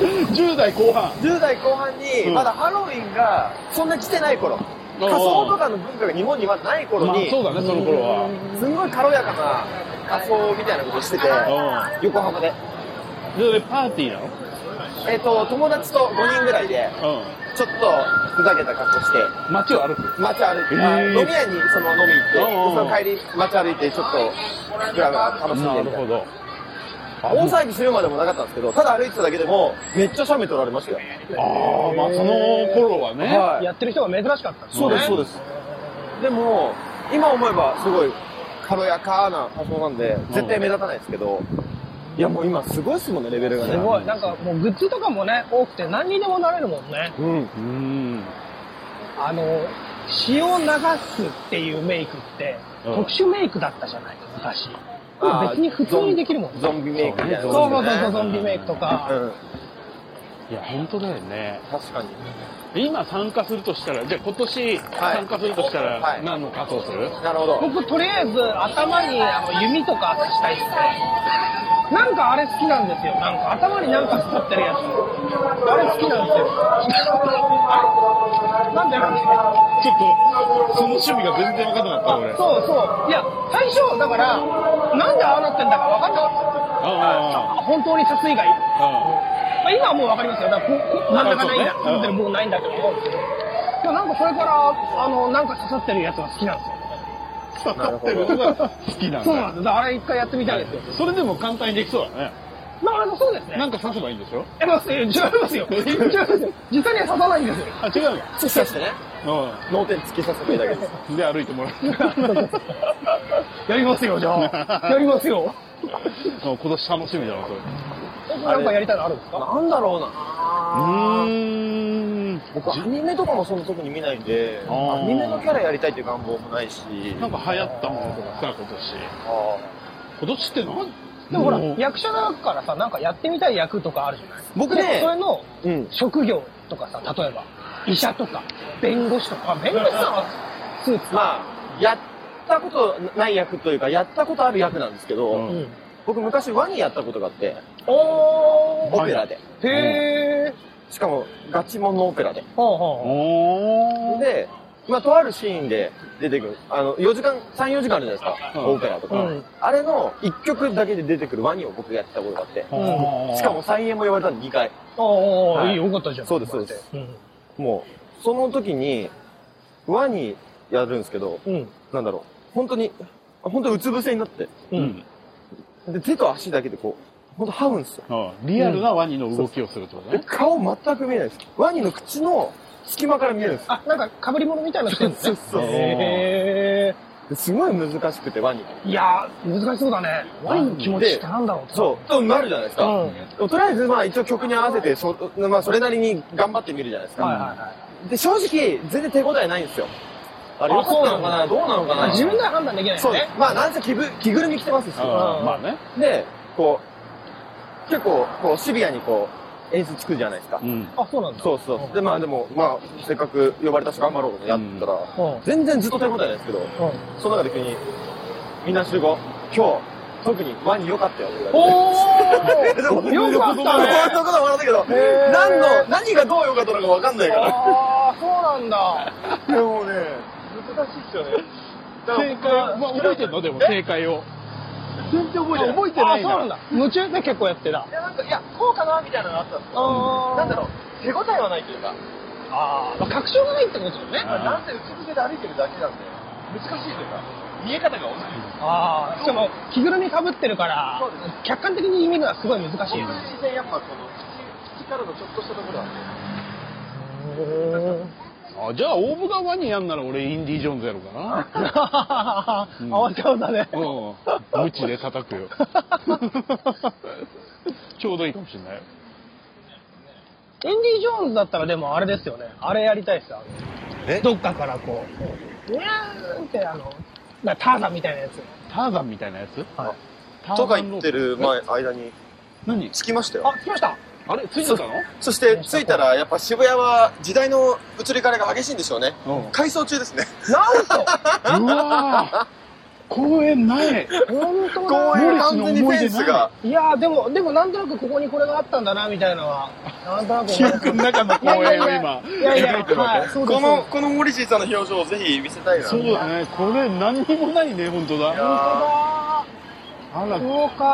[SPEAKER 3] 10代後半。
[SPEAKER 2] 10代後半に、
[SPEAKER 3] うん
[SPEAKER 2] まだハロウィンがそんな来てない頃、仮装とかの文化が日本にまだない頃
[SPEAKER 3] まあ
[SPEAKER 2] に、
[SPEAKER 3] そうだね、その頃は。
[SPEAKER 2] すんごい軽やかな仮装みたいなことしてて、
[SPEAKER 3] う
[SPEAKER 2] 横浜で。
[SPEAKER 3] ん。で、パーティーなの
[SPEAKER 2] えっ、と、友達と5人ぐらいで、
[SPEAKER 3] う
[SPEAKER 2] ちょっとふざけた格好して、
[SPEAKER 3] ん。街を歩く。
[SPEAKER 2] 街歩いて、
[SPEAKER 3] へ
[SPEAKER 2] あ
[SPEAKER 3] ー
[SPEAKER 2] 飲み屋にその飲み行って、
[SPEAKER 3] うん
[SPEAKER 2] で
[SPEAKER 3] うんうん
[SPEAKER 2] その帰り街歩いて、ちょっとグラグラ楽しんでみたいな。
[SPEAKER 3] ど。
[SPEAKER 2] 大騒ぎするまでもなかったんですけど、ただ歩いてただけでも、めっちゃ写メ撮られましたよ。
[SPEAKER 3] ああ、まあその頃はね。
[SPEAKER 2] はい
[SPEAKER 1] やってる人が珍しかった。
[SPEAKER 2] そうです、
[SPEAKER 3] そ
[SPEAKER 2] そううです。でも、今思えばすごい軽やかな仮装なんで、絶対目立たないですけど、いやもう今すごいっすもんね、レベルがね。
[SPEAKER 1] すごい。なんかもうグッズとかもね、多くて何にでもなれるもんね。
[SPEAKER 2] うん。
[SPEAKER 3] うん。
[SPEAKER 1] あの、血を流すっていうメイクって、
[SPEAKER 3] うん
[SPEAKER 1] 特殊メイクだったじゃない昔。
[SPEAKER 2] あー
[SPEAKER 1] 別に普通にできるもんね。
[SPEAKER 2] ゾンビメイクみたいな。
[SPEAKER 1] そうそう
[SPEAKER 2] ね
[SPEAKER 1] そうそう、ゾンビメイクとか。
[SPEAKER 2] うん。
[SPEAKER 3] いや、本当だよね。
[SPEAKER 2] 確かに。
[SPEAKER 3] 今参加するとしたら、じゃあ今年
[SPEAKER 2] はい
[SPEAKER 3] 参加するとした
[SPEAKER 2] は
[SPEAKER 3] ら、
[SPEAKER 2] い
[SPEAKER 3] 何の仮装する
[SPEAKER 2] なるほど。
[SPEAKER 1] 僕、とりあえず頭にあの弓とかしたいっすね。なんかあれ好きなんですよ。なんか頭になんか使ってるやつ。あれ好きなんですよ。 なんで
[SPEAKER 3] ちょっと、その趣味が全然分かんなかった、
[SPEAKER 1] そ
[SPEAKER 3] 俺。
[SPEAKER 1] うそう。いや、最初、だから、なんでああなってんだか分かんなかった。
[SPEAKER 3] あ
[SPEAKER 1] 本当に殺意がいい。
[SPEAKER 3] あ、あ
[SPEAKER 1] まあ、今はもう分かりますよ。だからここ真ん中ないんだ。
[SPEAKER 3] あそうね
[SPEAKER 1] 本当にもうないんだけども。でもなんかそれから、あの、なんか刺さってるやつが好きなんですよ。
[SPEAKER 3] あ。
[SPEAKER 2] な るほど
[SPEAKER 3] 好きなん
[SPEAKER 1] そう
[SPEAKER 3] だ
[SPEAKER 1] なんです。だからあれ一回やってみたいですよ。
[SPEAKER 3] それでも簡単にできそうだね。
[SPEAKER 1] まあ、あの、そうですね。
[SPEAKER 3] なんか刺せばいいんでしょ
[SPEAKER 1] え、ます違います よ。違いますよ。実際には刺さないんですよ。
[SPEAKER 3] あ、違う
[SPEAKER 2] 突き刺してね。
[SPEAKER 3] の。
[SPEAKER 2] 脳天突き刺せばいいだけです。
[SPEAKER 3] うん。で、歩いてもらう。
[SPEAKER 1] やりますよ、じゃあ。やります よ。
[SPEAKER 3] 今年楽しみだな、それ。う
[SPEAKER 1] なんかやりたいのあるんですか
[SPEAKER 2] なんだろうな。
[SPEAKER 3] ーん。
[SPEAKER 2] 僕、アニメとかもそんな特に見ないんで、
[SPEAKER 3] あー
[SPEAKER 2] アニメのキャラやりたいっていう願望もないし、
[SPEAKER 3] なんか流行ったものとかさ、今年。
[SPEAKER 2] あ
[SPEAKER 3] 今年って何
[SPEAKER 1] でもほら、
[SPEAKER 3] う
[SPEAKER 1] 役者だからさ、なんかやってみたい役とかあるじゃな
[SPEAKER 2] ー
[SPEAKER 1] い
[SPEAKER 2] 僕
[SPEAKER 1] でそれ
[SPEAKER 2] ね、
[SPEAKER 1] の
[SPEAKER 2] うん、
[SPEAKER 1] 職業とかさ、例えば、医者とか、弁護士とか、あ弁護士さんはスーツか。
[SPEAKER 2] まあ、やったことない役というか、やったことある役なんですけど、
[SPEAKER 3] うん
[SPEAKER 1] うん。
[SPEAKER 2] 僕昔ワニやったことがあって、
[SPEAKER 1] お
[SPEAKER 2] オペラで。
[SPEAKER 1] ー。へー。
[SPEAKER 2] しかも、ガチモンのオペラで。
[SPEAKER 1] ほうほうほ
[SPEAKER 3] おー。
[SPEAKER 2] で、まあ、とあるシーンで出てくる、あの、4時間、3、4時間あるじゃないですか、
[SPEAKER 3] うん
[SPEAKER 2] オペラとか、
[SPEAKER 1] うん
[SPEAKER 2] あれの1曲だけで出てくるワニを僕がやってたことがあって、しかも、再演も言われたの2回。
[SPEAKER 1] う。おーおーおー
[SPEAKER 2] はい
[SPEAKER 1] いいよ、よかったじゃん。
[SPEAKER 2] そうですそうです
[SPEAKER 1] うん。
[SPEAKER 2] もう、その時に、ワニやるんですけど、
[SPEAKER 1] うん。
[SPEAKER 2] なんだろう、本当に、本当にうつ伏せになって、
[SPEAKER 1] う。
[SPEAKER 3] うんん。
[SPEAKER 2] で、手と足だけでこう、本当這うんですよ。
[SPEAKER 3] うんリアルなワニの動きをするってこと
[SPEAKER 2] で
[SPEAKER 3] ね。
[SPEAKER 2] 顔全く見えないです。ワニの口の隙間から見えるんです。
[SPEAKER 1] あ、なんか被り物みたいなのしてるんですね。
[SPEAKER 2] そうそうそう
[SPEAKER 1] へ
[SPEAKER 2] ですごい難しくて、ワニが。
[SPEAKER 1] ー。いやー、難しそうだね。ワインの気持ちってなんだろう
[SPEAKER 2] そう、となるじゃないです
[SPEAKER 1] う
[SPEAKER 2] か。
[SPEAKER 1] ん。は
[SPEAKER 2] と
[SPEAKER 1] い
[SPEAKER 2] りあえず、まあ一応曲に合わせてそ、まあそれなりに頑張ってみるじゃないですか。
[SPEAKER 1] はいはい。
[SPEAKER 2] で、正直、全然手応えないんですよ。あれ、
[SPEAKER 1] あ
[SPEAKER 2] 良かったのかなどうなのか
[SPEAKER 1] まあ
[SPEAKER 2] な
[SPEAKER 1] 自分では判断できない
[SPEAKER 2] そ
[SPEAKER 1] よ
[SPEAKER 2] うで
[SPEAKER 1] ね
[SPEAKER 2] す。。まあなんせ着ぶ着ぐるみ着てますし。
[SPEAKER 3] あーまあね。
[SPEAKER 2] で、こう、結構、こう、シビアにこう、演出つくじゃないですか。
[SPEAKER 3] うん。
[SPEAKER 1] あ、そうなんだ。
[SPEAKER 2] そうそう。で、まあでも、まあ、せっかく呼ばれたし頑張ろうとやったら、
[SPEAKER 1] うん。
[SPEAKER 2] 全然ずっと手応えないですけど、
[SPEAKER 1] うん。
[SPEAKER 2] その中で急に、みんな集合、今日、特にワニ良かったよって言われて。 で
[SPEAKER 1] お
[SPEAKER 2] も
[SPEAKER 1] ーよかっ
[SPEAKER 2] そ
[SPEAKER 1] たね
[SPEAKER 2] んなことは笑ったけど、
[SPEAKER 1] へー
[SPEAKER 2] 何の、何がどう良かったのか分かんないか
[SPEAKER 1] あー、そうなんだ。
[SPEAKER 2] ら。でもね、
[SPEAKER 3] 正解、まあ、覚えてんのでも正解を。全然覚えてない。覚えてない
[SPEAKER 1] あ、そうなんだ。夢中で結構やってた。
[SPEAKER 2] いや、なんか、いや、こうかなみたいなのがあったんですけど、
[SPEAKER 1] あー
[SPEAKER 2] なんだろう、手応えはないというか、
[SPEAKER 1] ああ、まあ、確証がないってことですよね。
[SPEAKER 4] まあなんせうつ伏せで歩いてるだけなんで、難しいというか、見え方が同じ。
[SPEAKER 1] ああ、しかも、着ぐるみ被ってるから
[SPEAKER 4] そうです、
[SPEAKER 1] 客観的に意味がすごい難しい。
[SPEAKER 4] 本当に視線やっぱこの口、口からのちょっとしたところなんで。
[SPEAKER 3] あじゃあ、オーブがワニやんなら俺、インディ・ジョーンズやろうかな。
[SPEAKER 1] 合わせ合うんだね。
[SPEAKER 3] うん。無知で叩くよ。ちょうどいいかもしれない。
[SPEAKER 1] エンディ・ジョーンズだったらでもあれですよね。あれやりたいっすよ。あのどっかからこう、にゃーんってあの、なターザンみたいなやつ。
[SPEAKER 3] ターザンみたいなやつ
[SPEAKER 1] はい
[SPEAKER 3] ターザン
[SPEAKER 2] とか言ってる前、間に
[SPEAKER 3] 何
[SPEAKER 2] 着きましたよ。
[SPEAKER 1] あ、来ました
[SPEAKER 3] あれついてたの
[SPEAKER 2] そして着いたら、やっぱ渋谷は時代の移り変わりが激しいんでしょうね。
[SPEAKER 3] うん
[SPEAKER 2] 改装中ですね。
[SPEAKER 1] なんと
[SPEAKER 3] うわー公園ない
[SPEAKER 1] 本当だ
[SPEAKER 2] 公園完全にフェンスが。
[SPEAKER 1] いやーでも、でもなんとなくここにこれがあったんだな、みたいなのは。なんとなく
[SPEAKER 3] 記 憶の中の公園を今
[SPEAKER 1] いやいや、
[SPEAKER 3] 描いてるわ
[SPEAKER 1] はい、
[SPEAKER 3] け
[SPEAKER 1] そうです。
[SPEAKER 2] この、このモリシーさんの表情をぜひ見せたいな。
[SPEAKER 3] そうだねこれ何にもないね本当
[SPEAKER 2] いや
[SPEAKER 3] だ
[SPEAKER 1] あ
[SPEAKER 3] あら
[SPEAKER 1] そうか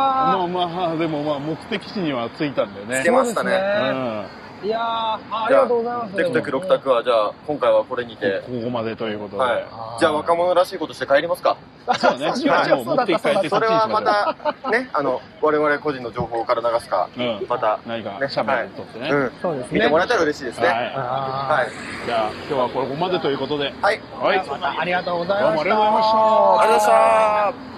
[SPEAKER 3] まあまあでもまあ目的地には着いたんだよね
[SPEAKER 2] 着けました
[SPEAKER 1] そうですね
[SPEAKER 2] ね。
[SPEAKER 3] うん
[SPEAKER 1] いやーあありがとうございます。
[SPEAKER 2] テクテク6択は、じゃあ、今回はこれにて。
[SPEAKER 3] ここまでということで、
[SPEAKER 2] はい
[SPEAKER 1] あー。
[SPEAKER 2] じゃあ、若者らしいことして帰りますか。
[SPEAKER 3] そうだね
[SPEAKER 1] そうだ
[SPEAKER 3] じゃあもう持って帰って
[SPEAKER 2] それは
[SPEAKER 3] こ
[SPEAKER 2] ま
[SPEAKER 3] っちにしょ
[SPEAKER 2] た、ね、 あの、我々個人の情報から流すか、
[SPEAKER 3] ううん
[SPEAKER 2] また、
[SPEAKER 3] 何か
[SPEAKER 2] ね
[SPEAKER 3] シャベル取ってね、
[SPEAKER 2] うん、
[SPEAKER 1] そうですね。
[SPEAKER 2] 見てもらえたら嬉しいですね。
[SPEAKER 3] はい
[SPEAKER 1] あ
[SPEAKER 2] はい。
[SPEAKER 3] じゃあ今日はこれここまでということで
[SPEAKER 2] はい。
[SPEAKER 3] はい
[SPEAKER 1] ーまたありがとうござい
[SPEAKER 3] どう
[SPEAKER 1] ま
[SPEAKER 3] も
[SPEAKER 1] し。
[SPEAKER 3] ありがとうございました
[SPEAKER 2] ありがとうございました。